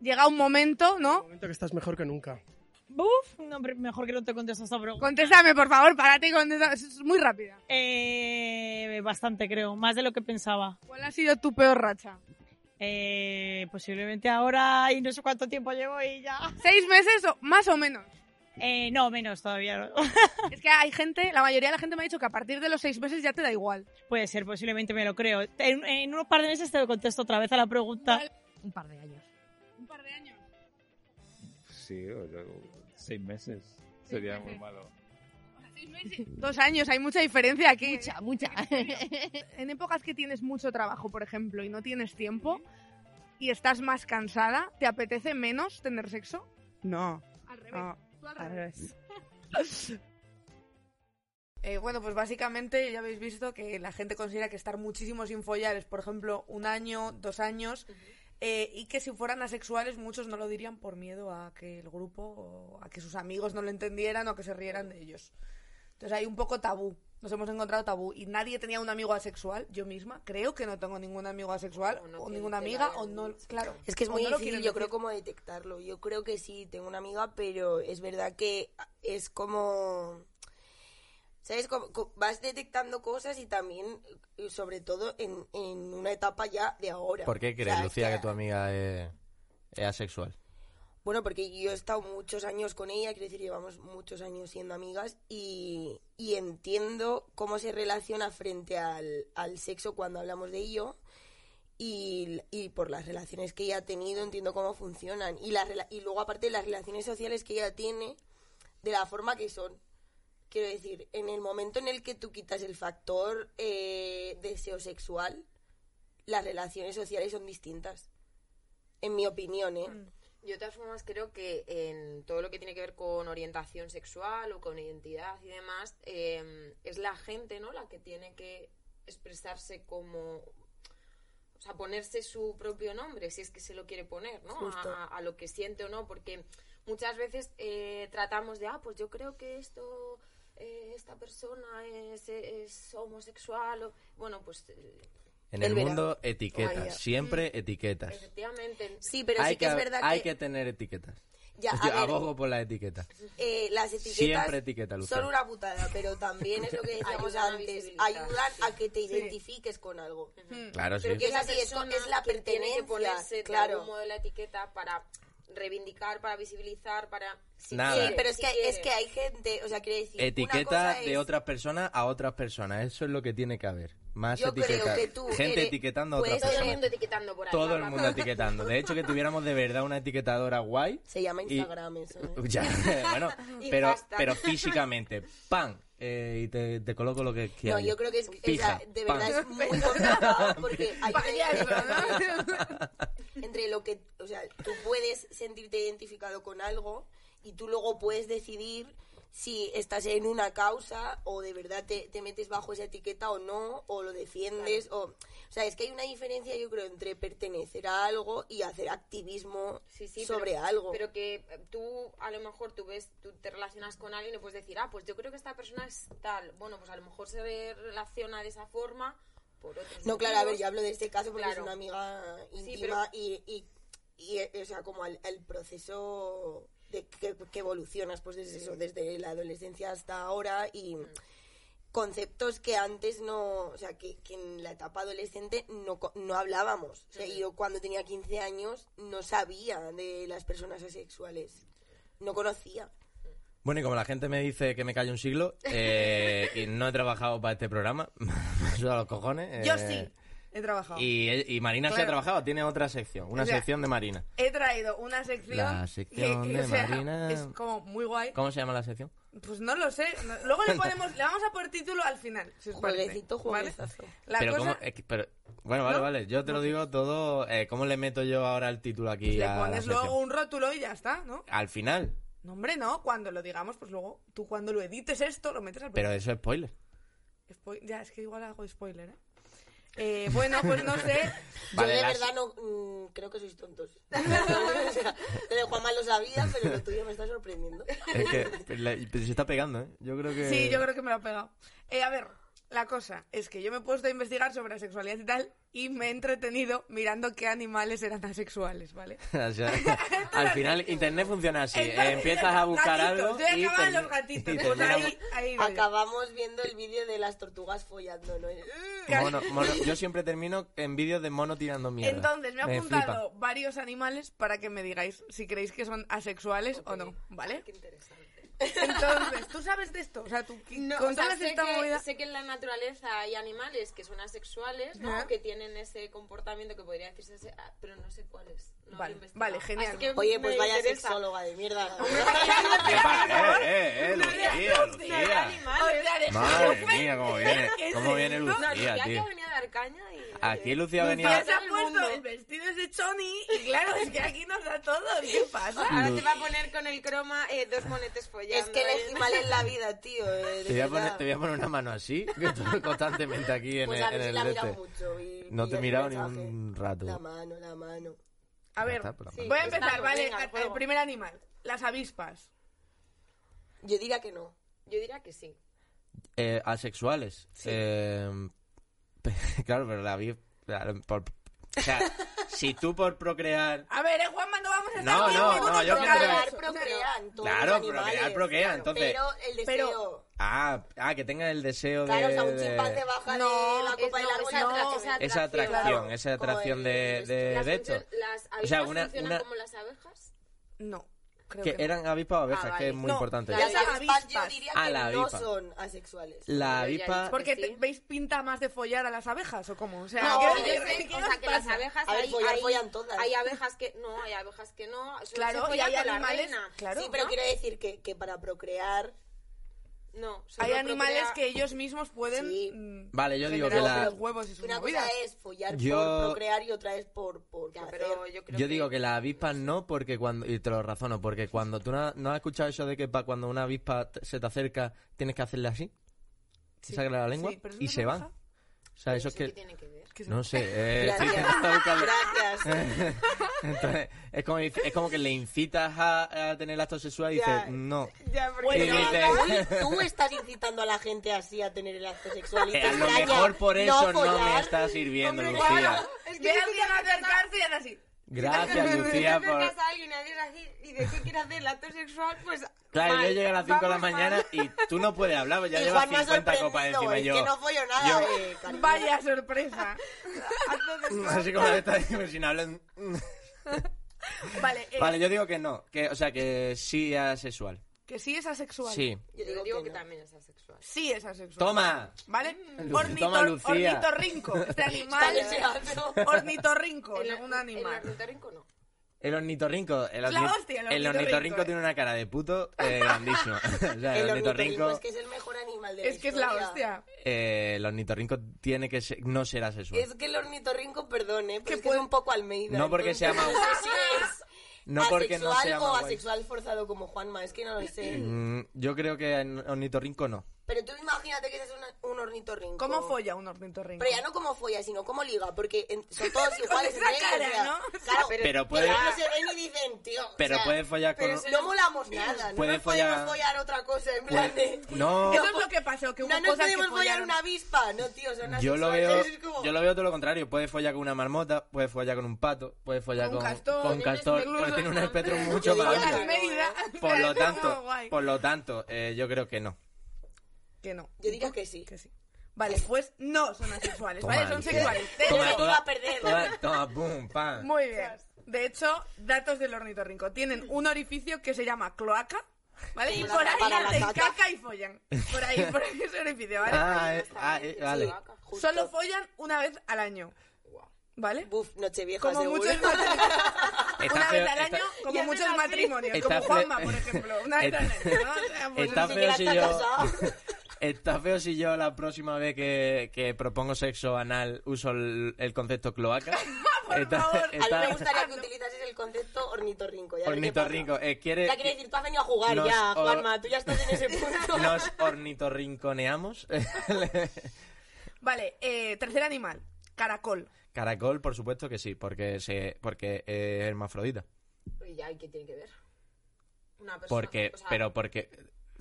[SPEAKER 2] Llega un momento,
[SPEAKER 12] Un
[SPEAKER 2] ¿no?
[SPEAKER 12] momento que estás mejor que nunca.
[SPEAKER 7] Buf, no, hombre, mejor que no te contestas esta pregunta.
[SPEAKER 2] Contéstame, por favor, párate y contesta. Es muy rápida.
[SPEAKER 7] Eh, bastante, creo, más de lo que pensaba.
[SPEAKER 2] ¿Cuál ha sido tu peor racha?
[SPEAKER 7] Eh, posiblemente ahora y no sé cuánto tiempo llevo y ya.
[SPEAKER 2] ¿Seis meses o más o menos?
[SPEAKER 7] Eh, no, menos todavía. no.
[SPEAKER 2] Es que hay gente, la mayoría de la gente me ha dicho que a partir de los seis meses ya te da igual.
[SPEAKER 7] Puede ser, posiblemente me lo creo. En, en unos par de meses te contesto otra vez a la pregunta.
[SPEAKER 2] Vale.
[SPEAKER 7] Un par de años.
[SPEAKER 2] Un par de años.
[SPEAKER 13] Sí, o yo- seis meses. Sería muy malo.
[SPEAKER 2] Seis meses. Dos años, hay mucha diferencia aquí.
[SPEAKER 8] Mucha, mucha.
[SPEAKER 2] En épocas que tienes mucho trabajo, por ejemplo, y no tienes tiempo y estás más cansada, ¿te apetece menos tener sexo?
[SPEAKER 6] No.
[SPEAKER 2] Al revés.
[SPEAKER 6] no,
[SPEAKER 2] Tú al
[SPEAKER 6] al
[SPEAKER 2] revés.
[SPEAKER 6] revés.
[SPEAKER 2] [LAUGHS] Eh, bueno, pues básicamente ya habéis visto que la gente considera que estar muchísimo sin follar es, por ejemplo, un año, dos años, eh, y que si fueran asexuales muchos no lo dirían por miedo a que el grupo, o a que sus amigos no lo entendieran o a que se rieran de ellos. Entonces hay un poco tabú, nos hemos encontrado tabú, y nadie tenía un amigo asexual, yo misma creo que no tengo ningún amigo asexual,
[SPEAKER 4] O
[SPEAKER 2] o,
[SPEAKER 4] no quieren
[SPEAKER 2] ninguna
[SPEAKER 4] que lo
[SPEAKER 2] amiga,
[SPEAKER 4] hayan
[SPEAKER 2] o no,
[SPEAKER 4] dicho.
[SPEAKER 2] claro.
[SPEAKER 3] Es que es
[SPEAKER 2] o
[SPEAKER 3] muy
[SPEAKER 2] no lo
[SPEAKER 3] difícil,
[SPEAKER 2] quieren
[SPEAKER 3] yo creo,
[SPEAKER 2] decir.
[SPEAKER 3] como detectarlo. Yo creo que sí, tengo una amiga, pero es verdad que es como... ¿Sabes? Como- co- vas detectando cosas y también, y sobre todo, en, en una etapa ya de ahora.
[SPEAKER 1] ¿Por qué
[SPEAKER 3] O sea,
[SPEAKER 1] crees,
[SPEAKER 3] es
[SPEAKER 1] Lucía, que tu amiga es, es asexual?
[SPEAKER 3] Bueno, porque yo he estado muchos años con ella, quiero decir, llevamos muchos años siendo amigas y, y entiendo cómo se relaciona frente al, al sexo cuando hablamos de ello y, y por las relaciones que ella ha tenido entiendo cómo funcionan y, las rela- y luego aparte las relaciones sociales que ella tiene de la forma que son. Quiero decir, en el momento en el que tú quitas el factor eh, deseo sexual, las relaciones sociales son distintas, en mi opinión, ¿eh?
[SPEAKER 4] Yo de todas formas creo que en todo lo que tiene que ver con orientación em, sexual o con identidad y demás, eh, es la gente, ¿no? La que tiene que expresarse como o sea, ponerse su propio nombre, si es que se lo quiere poner, ¿no?
[SPEAKER 3] Justo.
[SPEAKER 4] A, a lo que siente o no, porque muchas veces eh, tratamos de, ah, pues yo creo que esto, eh, esta persona es, es homosexual, o, bueno, pues... eh,
[SPEAKER 1] En
[SPEAKER 4] él
[SPEAKER 1] el
[SPEAKER 4] verá.
[SPEAKER 1] mundo,
[SPEAKER 4] Vaya.
[SPEAKER 1] etiquetas. Siempre etiquetas.
[SPEAKER 4] Efectivamente.
[SPEAKER 3] Sí, Mm. pero
[SPEAKER 1] hay
[SPEAKER 3] sí que es verdad
[SPEAKER 1] Hay
[SPEAKER 3] que-
[SPEAKER 1] que tener etiquetas. [LAUGHS]
[SPEAKER 3] Ya, a
[SPEAKER 1] Yo
[SPEAKER 3] ver.
[SPEAKER 1] abogo por las etiquetas.
[SPEAKER 3] Eh, las etiquetas
[SPEAKER 1] Siempre etiqueta, Lucía.
[SPEAKER 3] son una putada, pero también es lo
[SPEAKER 4] [LAUGHS]
[SPEAKER 3] que decíamos
[SPEAKER 4] Ayudan a
[SPEAKER 3] antes,
[SPEAKER 4] visibilizar.
[SPEAKER 3] ayudan a que te
[SPEAKER 4] Sí.
[SPEAKER 3] identifiques con algo.
[SPEAKER 1] Claro,
[SPEAKER 3] Mm. Pero
[SPEAKER 1] sí.
[SPEAKER 3] que es así,
[SPEAKER 4] Esa
[SPEAKER 3] esto
[SPEAKER 4] persona
[SPEAKER 3] es la
[SPEAKER 4] que Tiene que
[SPEAKER 3] pertenencia,
[SPEAKER 4] ponerse de
[SPEAKER 3] claro.
[SPEAKER 4] algún modo la etiqueta para reivindicar, para visibilizar, para... si
[SPEAKER 1] Nada.
[SPEAKER 4] quiere,
[SPEAKER 3] Sí, pero es
[SPEAKER 4] si
[SPEAKER 3] que,
[SPEAKER 4] quiere.
[SPEAKER 3] es que hay gente, o sea, quiero decir, una
[SPEAKER 1] Etiqueta
[SPEAKER 3] cosa
[SPEAKER 1] de
[SPEAKER 3] es-
[SPEAKER 1] otras personas a otras personas. Eso es lo que tiene que haber. Más
[SPEAKER 3] Yo creo
[SPEAKER 1] etiquetas.
[SPEAKER 3] que tú
[SPEAKER 1] Gente
[SPEAKER 3] eres- pues
[SPEAKER 1] etiquetando a otras
[SPEAKER 3] puedes
[SPEAKER 4] Todo el
[SPEAKER 1] personas.
[SPEAKER 4] mundo etiquetando por ahí.
[SPEAKER 1] Todo
[SPEAKER 4] va,
[SPEAKER 1] el
[SPEAKER 4] va,
[SPEAKER 1] mundo
[SPEAKER 4] va.
[SPEAKER 1] etiquetando. De hecho, que tuviéramos de verdad una etiquetadora guay.
[SPEAKER 3] Se llama
[SPEAKER 1] y-
[SPEAKER 3] Instagram eso, ¿eh? [LAUGHS]
[SPEAKER 1] Ya, [LAUGHS] bueno,
[SPEAKER 3] Y
[SPEAKER 1] pero,
[SPEAKER 3] hashtag.
[SPEAKER 1] pero físicamente, pan, eh, y te, te coloco lo que
[SPEAKER 3] No,
[SPEAKER 1] quieras.
[SPEAKER 3] yo creo que es, o sea,
[SPEAKER 1] Pija,
[SPEAKER 3] de
[SPEAKER 1] pan.
[SPEAKER 3] verdad es muy complicado porque hay [LAUGHS]
[SPEAKER 2] [LAUGHS]
[SPEAKER 3] que entre lo que, o sea, tú puedes sentirte identificado con algo y tú luego puedes decidir si estás en una causa o de verdad te, te metes bajo esa etiqueta o no, o lo defiendes, o... O sea, es que hay una diferencia, yo creo, entre pertenecer a algo y hacer activismo
[SPEAKER 4] Sí, sí,
[SPEAKER 3] sobre
[SPEAKER 4] pero-
[SPEAKER 3] algo.
[SPEAKER 4] Pero que eh, tú, a lo mejor, tú ves, tú te relacionas con alguien y puedes decir, ah, pues yo creo que esta persona es tal. Bueno, pues a lo mejor se ve- relaciona de esa forma por otros
[SPEAKER 3] No, claro, a ver,
[SPEAKER 4] motivos.
[SPEAKER 3] yo hablo de este caso porque es
[SPEAKER 4] Claro.
[SPEAKER 3] una amiga
[SPEAKER 4] Sí,
[SPEAKER 3] íntima y, y, y, eh, o sea, como al- el proceso de que, que evolucionas, pues desde eso, desde la adolescencia hasta ahora y
[SPEAKER 4] Mm.
[SPEAKER 3] conceptos que antes no, o sea, que, que en la etapa adolescente no, co- no hablábamos. O sea,
[SPEAKER 4] Ujú.
[SPEAKER 3] yo cuando tenía 15 años no sabía de las personas asexuales, no conocía.
[SPEAKER 1] [LAUGHS] Bueno, y como la gente me dice que me callo un siglo eh, y no he trabajado para este programa, [LAUGHS] me suda los cojones.
[SPEAKER 2] Yo
[SPEAKER 1] eh,
[SPEAKER 2] sí, he trabajado.
[SPEAKER 1] Y, y Marina se ha
[SPEAKER 2] Claro.
[SPEAKER 1] trabajado, tiene otra sección, una
[SPEAKER 2] O sea,
[SPEAKER 1] sección de Marina.
[SPEAKER 2] He traído una sección.
[SPEAKER 1] La sección
[SPEAKER 2] que,
[SPEAKER 1] de
[SPEAKER 2] o sea,
[SPEAKER 1] Marina.
[SPEAKER 2] Es como muy guay.
[SPEAKER 1] ¿Cómo se llama la sección?
[SPEAKER 2] Pues no lo sé. No- Luego le ponemos, le vamos a poner título al final. Si os parece,
[SPEAKER 3] Jueguecito,
[SPEAKER 2] ¿vale?
[SPEAKER 3] jueguezazo.
[SPEAKER 2] La
[SPEAKER 1] pero
[SPEAKER 2] cosa,
[SPEAKER 1] cómo- es que- pero- bueno, vale, vale. Yo te lo digo todo. eh, ¿Cómo le meto yo ahora el título aquí?
[SPEAKER 2] le
[SPEAKER 1] a la
[SPEAKER 2] pones
[SPEAKER 1] sección?
[SPEAKER 2] luego un rótulo y ya está, ¿no?
[SPEAKER 1] Al final.
[SPEAKER 2] No, hombre, no. Cuando lo digamos, pues luego tú cuando lo edites esto, lo metes al
[SPEAKER 1] Pero eso es spoiler.
[SPEAKER 2] Spo- Ya, es que igual hago spoiler, ¿eh? Eh, bueno, pues no sé.
[SPEAKER 1] [LAUGHS] Vale,
[SPEAKER 3] yo de
[SPEAKER 1] la-
[SPEAKER 3] verdad no mm, creo que sois tontos. [LAUGHS] o sea, lo de Juanma lo sabía, pero lo tuyo me está sorprendiendo.
[SPEAKER 1] Es que pues, la- pero se está pegando, ¿eh? Yo creo que.
[SPEAKER 2] Sí, yo creo que me lo ha pegado. Eh, a ver, la cosa es que yo me he puesto a investigar sobre asexualidad y tal y me he entretenido mirando qué animales eran asexuales, ¿vale?
[SPEAKER 1] [LAUGHS] O sea, al final, internet funciona así.
[SPEAKER 2] Entonces,
[SPEAKER 1] eh, Empiezas a buscar
[SPEAKER 2] gatitos,
[SPEAKER 1] algo.
[SPEAKER 2] yo he
[SPEAKER 1] y
[SPEAKER 2] acabado en
[SPEAKER 1] termi-
[SPEAKER 2] los
[SPEAKER 1] [LAUGHS]
[SPEAKER 2] gatitos,
[SPEAKER 1] y
[SPEAKER 2] pues
[SPEAKER 1] terminamos-
[SPEAKER 2] ahí- ahí voy.
[SPEAKER 3] Acabamos viendo el vídeo de las tortugas follando, ¿no?
[SPEAKER 1] Mono-
[SPEAKER 2] [LAUGHS]
[SPEAKER 1] mono- yo siempre termino en vídeos de mono tirando mierda.
[SPEAKER 2] Entonces, me he
[SPEAKER 1] flipa.
[SPEAKER 2] apuntado [LAUGHS] varios animales para que me digáis si creéis que son asexuales o no, ¿vale?
[SPEAKER 4] Qué interesante.
[SPEAKER 2] Entonces, ¿tú sabes de esto? O sea, tú qui-
[SPEAKER 4] No, o sea,
[SPEAKER 2] controlas
[SPEAKER 4] sé,
[SPEAKER 2] esta
[SPEAKER 4] que,
[SPEAKER 2] movida.
[SPEAKER 4] sé que en la naturaleza hay animales que son asexuales, ¿no?
[SPEAKER 2] Ajá.
[SPEAKER 4] Que tienen ese comportamiento que podría decirse, ase- ah, pero no sé cuáles. No lo he
[SPEAKER 2] Vale,
[SPEAKER 4] investigado.
[SPEAKER 2] vale, genial.
[SPEAKER 4] Así que
[SPEAKER 3] Oye,
[SPEAKER 4] me
[SPEAKER 3] pues vaya
[SPEAKER 4] interesa. [LAUGHS]
[SPEAKER 3] sexóloga de mierda.
[SPEAKER 1] ¿Qué pasa? Eh, eh, eh, Lucía, Lucía.
[SPEAKER 4] Animales.
[SPEAKER 1] Madre mía, cómo viene, cómo viene
[SPEAKER 4] No,
[SPEAKER 1] Lucía, tío.
[SPEAKER 4] Lucía,
[SPEAKER 1] Ah,
[SPEAKER 4] que venía a dar caña y...
[SPEAKER 1] Aquí Lucía venía.
[SPEAKER 4] Pues
[SPEAKER 2] Ya se ha puesto el vestido ese choni y claro, es que aquí nos da todo. ¿Qué pasa?
[SPEAKER 4] Ahora
[SPEAKER 1] Lu-
[SPEAKER 4] te va a poner con el croma eh, dos monetes
[SPEAKER 3] [LAUGHS]
[SPEAKER 4] follando.
[SPEAKER 3] Es que
[SPEAKER 4] ¿eh?
[SPEAKER 3] el
[SPEAKER 4] [LAUGHS]
[SPEAKER 3] esquimal es la vida, tío. eh, de
[SPEAKER 1] Te voy, a poner,
[SPEAKER 3] verdad.
[SPEAKER 1] te voy a poner una mano así, [LAUGHS] que estoy constantemente aquí en
[SPEAKER 3] Pues
[SPEAKER 1] el,
[SPEAKER 3] a mí
[SPEAKER 1] en
[SPEAKER 3] sí
[SPEAKER 1] el
[SPEAKER 3] la he mirado
[SPEAKER 1] este.
[SPEAKER 3] mucho y-
[SPEAKER 1] No
[SPEAKER 3] y
[SPEAKER 1] te he
[SPEAKER 3] el
[SPEAKER 1] mirado ni
[SPEAKER 3] mensaje.
[SPEAKER 1] un rato.
[SPEAKER 3] La mano, la mano.
[SPEAKER 2] A ver,
[SPEAKER 1] está, por la
[SPEAKER 2] sí,
[SPEAKER 1] mano.
[SPEAKER 2] voy a empezar,
[SPEAKER 4] Estamos,
[SPEAKER 2] ¿vale?
[SPEAKER 4] venga, al
[SPEAKER 2] el
[SPEAKER 4] juego.
[SPEAKER 2] primer animal, las avispas.
[SPEAKER 3] Yo diría que no.
[SPEAKER 4] Yo diría que sí.
[SPEAKER 1] Eh, asexuales. Eh, [LAUGHS] pe- claro, pero la vi. claro, por- o sea, si tú por procrear.
[SPEAKER 2] A ver, eh, Juanma, no vamos a estar
[SPEAKER 1] No,
[SPEAKER 2] diez
[SPEAKER 1] no,
[SPEAKER 2] minutos
[SPEAKER 1] no, yo quiero
[SPEAKER 2] tocando
[SPEAKER 1] que-
[SPEAKER 2] eso.
[SPEAKER 3] procrean todos
[SPEAKER 1] Claro,
[SPEAKER 3] los animales,
[SPEAKER 1] procrear, procrear, entonces-
[SPEAKER 3] Pero el deseo...
[SPEAKER 2] Pero-
[SPEAKER 1] Ah, ah, que tenga el deseo
[SPEAKER 3] Claro, o
[SPEAKER 1] de.
[SPEAKER 3] sea, un
[SPEAKER 1] de-
[SPEAKER 3] chimpancé baja de
[SPEAKER 2] No,
[SPEAKER 3] la copa
[SPEAKER 4] es-
[SPEAKER 3] del
[SPEAKER 4] no,
[SPEAKER 3] árbol
[SPEAKER 4] esa
[SPEAKER 3] y
[SPEAKER 4] atracción,
[SPEAKER 3] se
[SPEAKER 4] esa
[SPEAKER 1] Esa atracción,
[SPEAKER 3] Claro,
[SPEAKER 1] esa
[SPEAKER 3] como
[SPEAKER 1] atracción de,
[SPEAKER 3] el-
[SPEAKER 1] Eh, de,
[SPEAKER 4] Las
[SPEAKER 1] de esto.
[SPEAKER 4] funcio- Las avispas
[SPEAKER 1] O sea, una-
[SPEAKER 4] funcionan
[SPEAKER 1] una-
[SPEAKER 4] como las abejas.
[SPEAKER 2] No, creo que,
[SPEAKER 1] Que
[SPEAKER 2] no.
[SPEAKER 1] eran avispas o abejas,
[SPEAKER 4] Ah,
[SPEAKER 1] que es
[SPEAKER 4] vale.
[SPEAKER 1] muy
[SPEAKER 2] No,
[SPEAKER 1] importante.
[SPEAKER 2] claro.
[SPEAKER 3] Las
[SPEAKER 2] Las
[SPEAKER 3] avispas yo
[SPEAKER 2] avispas.
[SPEAKER 3] diría
[SPEAKER 1] Ah,
[SPEAKER 3] que
[SPEAKER 1] la
[SPEAKER 3] no
[SPEAKER 1] avispa.
[SPEAKER 3] son asexuales.
[SPEAKER 1] La
[SPEAKER 4] Pero ya he
[SPEAKER 1] avispa.
[SPEAKER 4] dicho-
[SPEAKER 2] Porque
[SPEAKER 4] que
[SPEAKER 2] te-
[SPEAKER 4] sí.
[SPEAKER 2] veis pinta más de follar a las abejas o cómo, o sea,
[SPEAKER 4] No,
[SPEAKER 2] ¿qué-
[SPEAKER 4] yo
[SPEAKER 2] qué-
[SPEAKER 4] sé,
[SPEAKER 2] qué
[SPEAKER 4] o
[SPEAKER 2] os
[SPEAKER 4] sea, que
[SPEAKER 2] pasa?
[SPEAKER 4] las abejas
[SPEAKER 3] A ver,
[SPEAKER 4] hay,
[SPEAKER 3] follar,
[SPEAKER 4] hay-
[SPEAKER 3] follan todas.
[SPEAKER 4] hay abejas que no, hay abejas que no, solo
[SPEAKER 2] Claro,
[SPEAKER 4] se
[SPEAKER 2] y
[SPEAKER 4] folla
[SPEAKER 2] hay
[SPEAKER 4] con la
[SPEAKER 2] animales-
[SPEAKER 4] reina.
[SPEAKER 2] claro.
[SPEAKER 3] sí, pero
[SPEAKER 2] ¿no?
[SPEAKER 3] quiero decir que, que para procrear...
[SPEAKER 4] No, solo
[SPEAKER 2] Hay
[SPEAKER 4] procrea-
[SPEAKER 2] animales que ellos mismos pueden
[SPEAKER 3] Sí.
[SPEAKER 2] mm,
[SPEAKER 1] Vale, yo digo que
[SPEAKER 2] generar
[SPEAKER 1] la-
[SPEAKER 2] los huevos y sus
[SPEAKER 3] Una
[SPEAKER 2] movidas.
[SPEAKER 3] cosa es follar
[SPEAKER 1] Yo-
[SPEAKER 3] por procrear y otra es por, por
[SPEAKER 4] Ya,
[SPEAKER 3] placer.
[SPEAKER 4] pero yo creo
[SPEAKER 1] Yo digo que las avispas no, porque cuando. Y te lo razono, porque cuando. ¿Tú no, no has escuchado eso de que pa- cuando una avispa t- se te acerca tienes que hacerle así? Se saca la lengua
[SPEAKER 2] Sí, pero eso
[SPEAKER 1] y
[SPEAKER 2] no
[SPEAKER 1] se
[SPEAKER 2] es
[SPEAKER 1] van.
[SPEAKER 2] abeja.
[SPEAKER 1] O sea, eso es que...
[SPEAKER 4] tiene que ver?
[SPEAKER 1] No sé.
[SPEAKER 4] [LAUGHS]
[SPEAKER 1] eh, estoy
[SPEAKER 4] Gracias.
[SPEAKER 1] intentando buscarle-
[SPEAKER 4] [LAUGHS] Gracias.
[SPEAKER 1] [LAUGHS] Entonces, es como, es como que le incitas a, a tener acto sexual y
[SPEAKER 3] Ya,
[SPEAKER 1] dices, no.
[SPEAKER 3] Ya,
[SPEAKER 1] porque-
[SPEAKER 3] bueno,
[SPEAKER 1] Y dices-
[SPEAKER 3] Raúl, tú estás incitando a la gente así a tener el acto sexual. Y
[SPEAKER 1] Eh, a
[SPEAKER 3] te
[SPEAKER 1] lo
[SPEAKER 3] calla,
[SPEAKER 1] mejor por eso no, me
[SPEAKER 3] follar.
[SPEAKER 1] está sirviendo,
[SPEAKER 3] Hombre,
[SPEAKER 1] Lucía.
[SPEAKER 3] claro.
[SPEAKER 2] Es que alguien acercarse y ahora así.
[SPEAKER 4] [LAUGHS]
[SPEAKER 1] Gracias, Lucía,
[SPEAKER 4] Si te acercas
[SPEAKER 1] por...
[SPEAKER 4] a alguien y alguien así y de qué quiere hacer el acto sexual, pues...
[SPEAKER 1] Claro,
[SPEAKER 4] mal.
[SPEAKER 1] yo llegué a las 5 de la
[SPEAKER 4] Vamos mal.
[SPEAKER 1] mañana y tú no puedes hablar, pues ya
[SPEAKER 4] Y
[SPEAKER 1] llevas
[SPEAKER 4] Juan me ha
[SPEAKER 1] 50 copas
[SPEAKER 4] sorprendido,
[SPEAKER 1] encima.
[SPEAKER 4] es
[SPEAKER 1] y yo,
[SPEAKER 4] que no follo nada,
[SPEAKER 1] yo-
[SPEAKER 4] eh.
[SPEAKER 2] Vaya
[SPEAKER 4] [LAUGHS]
[SPEAKER 2] sorpresa.
[SPEAKER 1] [LAUGHS] Así como de esta sin hablar.
[SPEAKER 2] Vale, eh,
[SPEAKER 1] Vale, yo digo que no, que, o sea, que sí asexual.
[SPEAKER 2] que sí es asexual.
[SPEAKER 1] Sí.
[SPEAKER 4] Yo digo, que, también es asexual.
[SPEAKER 2] Sí es asexual.
[SPEAKER 1] Toma.
[SPEAKER 2] ¿Vale?
[SPEAKER 1] Lu- toma, Lucía.
[SPEAKER 2] Ornitorrinco. Este animal.
[SPEAKER 4] Está deseando.
[SPEAKER 3] [LAUGHS]
[SPEAKER 2] ornitorrinco. es un animal.
[SPEAKER 4] El ornitorrinco no.
[SPEAKER 1] El ornitorrinco. El,
[SPEAKER 2] La
[SPEAKER 1] orni-
[SPEAKER 2] hostia, el
[SPEAKER 1] el
[SPEAKER 2] ornitorrinco,
[SPEAKER 1] ornitorrinco
[SPEAKER 2] eh.
[SPEAKER 1] tiene una cara de puto eh, grandísimo. [LAUGHS] O sea,
[SPEAKER 3] [LAUGHS]
[SPEAKER 1] el, ornitorrinco.
[SPEAKER 3] Es que es el mejor animal de la
[SPEAKER 2] Es que es la
[SPEAKER 3] historia.
[SPEAKER 2] hostia.
[SPEAKER 1] eh, el ornitorrinco tiene que ser- no ser asexual.
[SPEAKER 3] Es que el ornitorrinco, perdón, ¿eh? Pero es que es un poco Almeida.
[SPEAKER 1] No porque sea
[SPEAKER 3] entonces
[SPEAKER 1] más-
[SPEAKER 3] No sé si
[SPEAKER 2] [LAUGHS]
[SPEAKER 3] es
[SPEAKER 1] No porque no
[SPEAKER 3] asexual
[SPEAKER 1] sea
[SPEAKER 3] o
[SPEAKER 1] más guay.
[SPEAKER 3] asexual forzado como Juanma, es que no lo sé.
[SPEAKER 1] Mm, yo creo que en ornitorrinco
[SPEAKER 2] [LAUGHS]
[SPEAKER 1] no.
[SPEAKER 3] Pero tú imagínate que ese es un, un ornitorrinco.
[SPEAKER 2] ¿Cómo folla un ornitorrinco?
[SPEAKER 3] Pero ya no como folla, sino como liga, porque en- son todos
[SPEAKER 2] [LAUGHS] Con
[SPEAKER 3] iguales.
[SPEAKER 2] esa
[SPEAKER 3] entre ellos,
[SPEAKER 2] cara,
[SPEAKER 3] o sea,
[SPEAKER 2] ¿no?
[SPEAKER 3] Claro,
[SPEAKER 1] Pero puede-
[SPEAKER 3] ellos no se ven y dicen, tío. o
[SPEAKER 1] Pero
[SPEAKER 3] sea,
[SPEAKER 1] puede follar con-
[SPEAKER 3] pero No molamos nada,
[SPEAKER 1] Puede
[SPEAKER 3] no nos
[SPEAKER 1] follar-
[SPEAKER 3] podemos follar otra cosa, en
[SPEAKER 1] Puede-
[SPEAKER 3] plan de.
[SPEAKER 1] No.
[SPEAKER 2] Eso [LAUGHS] es lo que pasó, que hubo
[SPEAKER 3] No nos
[SPEAKER 2] cosas que
[SPEAKER 3] podemos follar
[SPEAKER 2] follaron.
[SPEAKER 3] una avispa, no, tío, son
[SPEAKER 1] Yo lo veo,
[SPEAKER 3] asexuales, es como-
[SPEAKER 1] yo lo veo todo lo contrario. Puede follar con una marmota, puede follar con un pato, puede follar
[SPEAKER 2] Con
[SPEAKER 1] con,
[SPEAKER 2] un castor,
[SPEAKER 1] con un castor,
[SPEAKER 2] incluso-
[SPEAKER 1] porque tiene
[SPEAKER 2] [LAUGHS]
[SPEAKER 1] un espectro mucho
[SPEAKER 2] Yo
[SPEAKER 1] más
[SPEAKER 2] digo que
[SPEAKER 1] amplio.
[SPEAKER 2] Almeida,
[SPEAKER 1] [LAUGHS] Por lo
[SPEAKER 2] [LAUGHS] es como
[SPEAKER 1] tanto,
[SPEAKER 2] guay.
[SPEAKER 1] por lo tanto, eh, yo creo que no.
[SPEAKER 2] Que no.
[SPEAKER 3] Yo diría que sí.
[SPEAKER 2] Que sí. Vale, pues no son asexuales,
[SPEAKER 1] Toma,
[SPEAKER 2] ¿vale? Son
[SPEAKER 1] dice.
[SPEAKER 2] sexuales. De
[SPEAKER 1] Toma,
[SPEAKER 2] hecho-
[SPEAKER 1] toda- toda- toma, pum, pam.
[SPEAKER 2] Muy bien. De hecho, datos del ornitorrinco. Tienen un orificio que se llama cloaca, ¿vale? Y
[SPEAKER 3] Para-
[SPEAKER 2] por ahí
[SPEAKER 3] para la
[SPEAKER 2] hacen
[SPEAKER 3] caca.
[SPEAKER 2] caca y follan. Por ahí, por ese orificio, ¿vale?
[SPEAKER 1] Ah, eh, ah, eh, vale.
[SPEAKER 2] Solo follan una vez al año. ¿Vale?
[SPEAKER 3] Buf, Nochevieja,
[SPEAKER 2] Como
[SPEAKER 3] seguro. [LAUGHS]
[SPEAKER 2] muchos matrimonios.
[SPEAKER 1] Está
[SPEAKER 2] Una
[SPEAKER 1] feo-
[SPEAKER 2] vez al
[SPEAKER 1] está-
[SPEAKER 2] año,
[SPEAKER 3] Y
[SPEAKER 2] como
[SPEAKER 3] hacen
[SPEAKER 2] muchos
[SPEAKER 3] así.
[SPEAKER 2] matrimonios.
[SPEAKER 1] Está
[SPEAKER 2] Como Juanma,
[SPEAKER 1] feo-
[SPEAKER 2] por ejemplo. Una vez al año, ¿no? O sea, pues
[SPEAKER 1] Está
[SPEAKER 2] ni
[SPEAKER 1] feo
[SPEAKER 2] siquiera
[SPEAKER 1] si
[SPEAKER 2] está
[SPEAKER 1] yo...
[SPEAKER 2] casado.
[SPEAKER 1] [LAUGHS] Está feo si yo la próxima vez que, que propongo sexo anal uso el, el concepto
[SPEAKER 2] [LAUGHS]
[SPEAKER 1] cloaca. Está-
[SPEAKER 3] A mí
[SPEAKER 1] está-
[SPEAKER 3] me gustaría que utilizases el concepto ornitorrinco. Ya
[SPEAKER 1] Ornitorrinco, eh, quiere-
[SPEAKER 3] Ya quiere decir, tú has venido a jugar
[SPEAKER 1] Nos
[SPEAKER 3] ya,
[SPEAKER 1] or-
[SPEAKER 3] Juanma. Tú ya estás en
[SPEAKER 1] [LAUGHS]
[SPEAKER 3] ese punto.
[SPEAKER 1] Nos ornitorrinconeamos. [LAUGHS]
[SPEAKER 2] Vale, eh, tercer animal. Caracol.
[SPEAKER 1] Caracol, por supuesto que sí, porque se porque eh, es hermafrodita.
[SPEAKER 2] Pues
[SPEAKER 4] Y ya, ¿y qué tiene que ver? Una persona.
[SPEAKER 1] Porque
[SPEAKER 4] o sea,
[SPEAKER 1] pero porque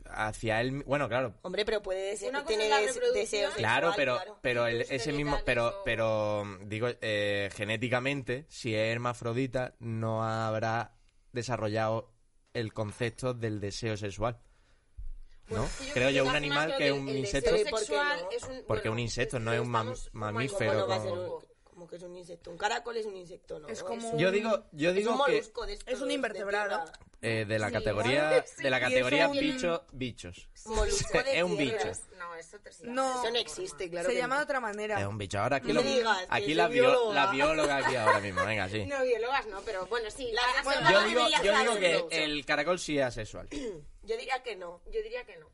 [SPEAKER 1] hacia él, bueno, claro.
[SPEAKER 3] Hombre, pero puede ser,
[SPEAKER 4] Una cosa
[SPEAKER 3] tener
[SPEAKER 4] es la
[SPEAKER 3] des-
[SPEAKER 4] reproducción.
[SPEAKER 3] deseos.
[SPEAKER 1] Claro,
[SPEAKER 3] sexual,
[SPEAKER 1] pero
[SPEAKER 3] claro.
[SPEAKER 1] pero el-
[SPEAKER 4] Tus
[SPEAKER 1] ese mismo
[SPEAKER 4] genitales
[SPEAKER 1] pero
[SPEAKER 4] o-
[SPEAKER 1] pero digo eh, genéticamente si es hermafrodita no habrá desarrollado el concepto del deseo sexual. ¿No?
[SPEAKER 4] bueno, pues, es que
[SPEAKER 1] creo
[SPEAKER 4] que
[SPEAKER 1] yo un
[SPEAKER 4] al final
[SPEAKER 1] animal
[SPEAKER 4] creo
[SPEAKER 1] que es un
[SPEAKER 4] el deseo
[SPEAKER 1] insecto.
[SPEAKER 3] ¿Por qué
[SPEAKER 4] sexual
[SPEAKER 3] no?
[SPEAKER 4] es un-
[SPEAKER 1] Porque
[SPEAKER 4] bueno,
[SPEAKER 1] un insecto no es un mam-
[SPEAKER 4] estamos
[SPEAKER 3] ¿Cómo
[SPEAKER 1] mamífero
[SPEAKER 3] no va a
[SPEAKER 1] como-
[SPEAKER 3] ser un- como que es un insecto? Un caracol es un insecto, ¿no?
[SPEAKER 2] Es como
[SPEAKER 1] Yo digo, yo
[SPEAKER 3] es
[SPEAKER 1] digo
[SPEAKER 3] un
[SPEAKER 1] que
[SPEAKER 3] molusco de estos
[SPEAKER 2] Es un
[SPEAKER 3] de
[SPEAKER 2] invertebrado.
[SPEAKER 3] tierra.
[SPEAKER 1] eh, de la
[SPEAKER 4] Sí,
[SPEAKER 1] categoría
[SPEAKER 4] claro, sí.
[SPEAKER 1] de la
[SPEAKER 4] Y eso
[SPEAKER 1] categoría
[SPEAKER 4] un-
[SPEAKER 1] bicho bichos.
[SPEAKER 4] [LAUGHS]
[SPEAKER 3] Molusco de
[SPEAKER 1] Es un
[SPEAKER 3] tierra.
[SPEAKER 1] bicho.
[SPEAKER 4] No, eso te sí.
[SPEAKER 2] No.
[SPEAKER 3] Eso no existe, claro.
[SPEAKER 2] se
[SPEAKER 3] que
[SPEAKER 2] llama
[SPEAKER 3] no.
[SPEAKER 2] de otra manera.
[SPEAKER 1] Es un bicho. Ahora aquí,
[SPEAKER 3] No
[SPEAKER 1] lo-
[SPEAKER 3] me digas, que
[SPEAKER 1] aquí
[SPEAKER 3] soy
[SPEAKER 1] la, bio-
[SPEAKER 3] bióloga.
[SPEAKER 1] la bióloga aquí ahora mismo, venga, sí.
[SPEAKER 4] No, biólogas no, pero bueno, sí.
[SPEAKER 3] La-
[SPEAKER 4] ahora
[SPEAKER 3] bueno,
[SPEAKER 4] se
[SPEAKER 1] yo
[SPEAKER 4] van a
[SPEAKER 1] digo,
[SPEAKER 4] debería
[SPEAKER 1] yo digo
[SPEAKER 4] saberlo.
[SPEAKER 1] que el caracol sí es asexual.
[SPEAKER 3] Yo diría que no.
[SPEAKER 4] Yo diría que no.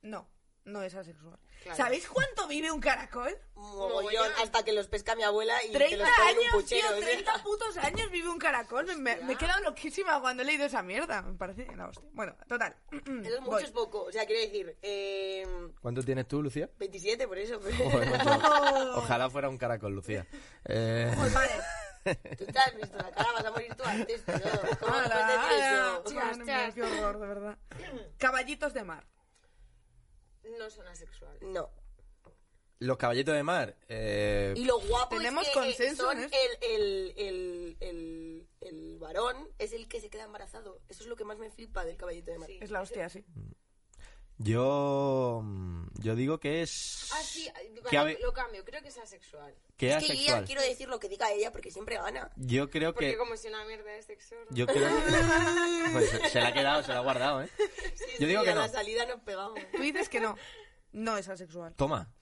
[SPEAKER 2] No, no es asexual.
[SPEAKER 4] Claro.
[SPEAKER 2] ¿Sabéis cuánto vive un caracol?
[SPEAKER 3] Mogollón, hasta que los pesca mi abuela y te
[SPEAKER 2] 30
[SPEAKER 3] los pone en un
[SPEAKER 2] años,
[SPEAKER 3] puchero.
[SPEAKER 2] tío,
[SPEAKER 3] o sea.
[SPEAKER 2] 30 putos años vive un caracol. Me, me- me he quedado loquísima cuando he leído esa mierda. Me parece la hostia. Bueno, total.
[SPEAKER 3] [LAUGHS]
[SPEAKER 2] [CLEARS THROAT]
[SPEAKER 3] Eso es mucho,
[SPEAKER 2] Voy.
[SPEAKER 3] es poco. O sea, quiero decir, eh,
[SPEAKER 1] ¿Cuánto tienes tú, Lucía?
[SPEAKER 3] 27 por eso. pero-
[SPEAKER 1] Joder,
[SPEAKER 2] [LAUGHS]
[SPEAKER 1] macho. Ojalá fuera un caracol, Lucía. Eh,
[SPEAKER 2] Pues vale.
[SPEAKER 3] [LAUGHS] Tú te has visto la cara, vas a morir tú antes, tío. ¿Cómo puedes
[SPEAKER 2] Ala,
[SPEAKER 3] decir
[SPEAKER 2] ala.
[SPEAKER 3] eso?
[SPEAKER 2] Madre mía, qué horror, de verdad. Caballitos de mar.
[SPEAKER 4] No son asexuales.
[SPEAKER 3] No.
[SPEAKER 1] los caballitos de mar. eh,
[SPEAKER 3] Y lo guapo
[SPEAKER 2] Tenemos
[SPEAKER 3] es que
[SPEAKER 2] consenso
[SPEAKER 3] son
[SPEAKER 2] en
[SPEAKER 3] el,
[SPEAKER 2] esto.
[SPEAKER 3] el, el, el, el varón es el que se queda embarazado. Eso es lo que más me flipa del caballito de mar.
[SPEAKER 2] Es la hostia, sí.
[SPEAKER 1] yo. mm, Yo digo que es.
[SPEAKER 4] Ah, sí, vale,
[SPEAKER 1] que, ave-
[SPEAKER 4] lo cambio. Creo que es asexual.
[SPEAKER 1] que es
[SPEAKER 3] Es que yo ya
[SPEAKER 1] asexual.
[SPEAKER 3] quiero decir lo que diga ella porque siempre gana.
[SPEAKER 1] Yo creo
[SPEAKER 4] Porque
[SPEAKER 1] que.
[SPEAKER 4] como si una mierda de sexual.
[SPEAKER 1] Yo creo Pues se, se la ha quedado, se la ha guardado, ¿eh? Yo digo
[SPEAKER 3] Y
[SPEAKER 1] que
[SPEAKER 3] a
[SPEAKER 1] no.
[SPEAKER 3] la salida nos pegamos.
[SPEAKER 2] Tú dices que no. No es asexual.
[SPEAKER 1] Toma.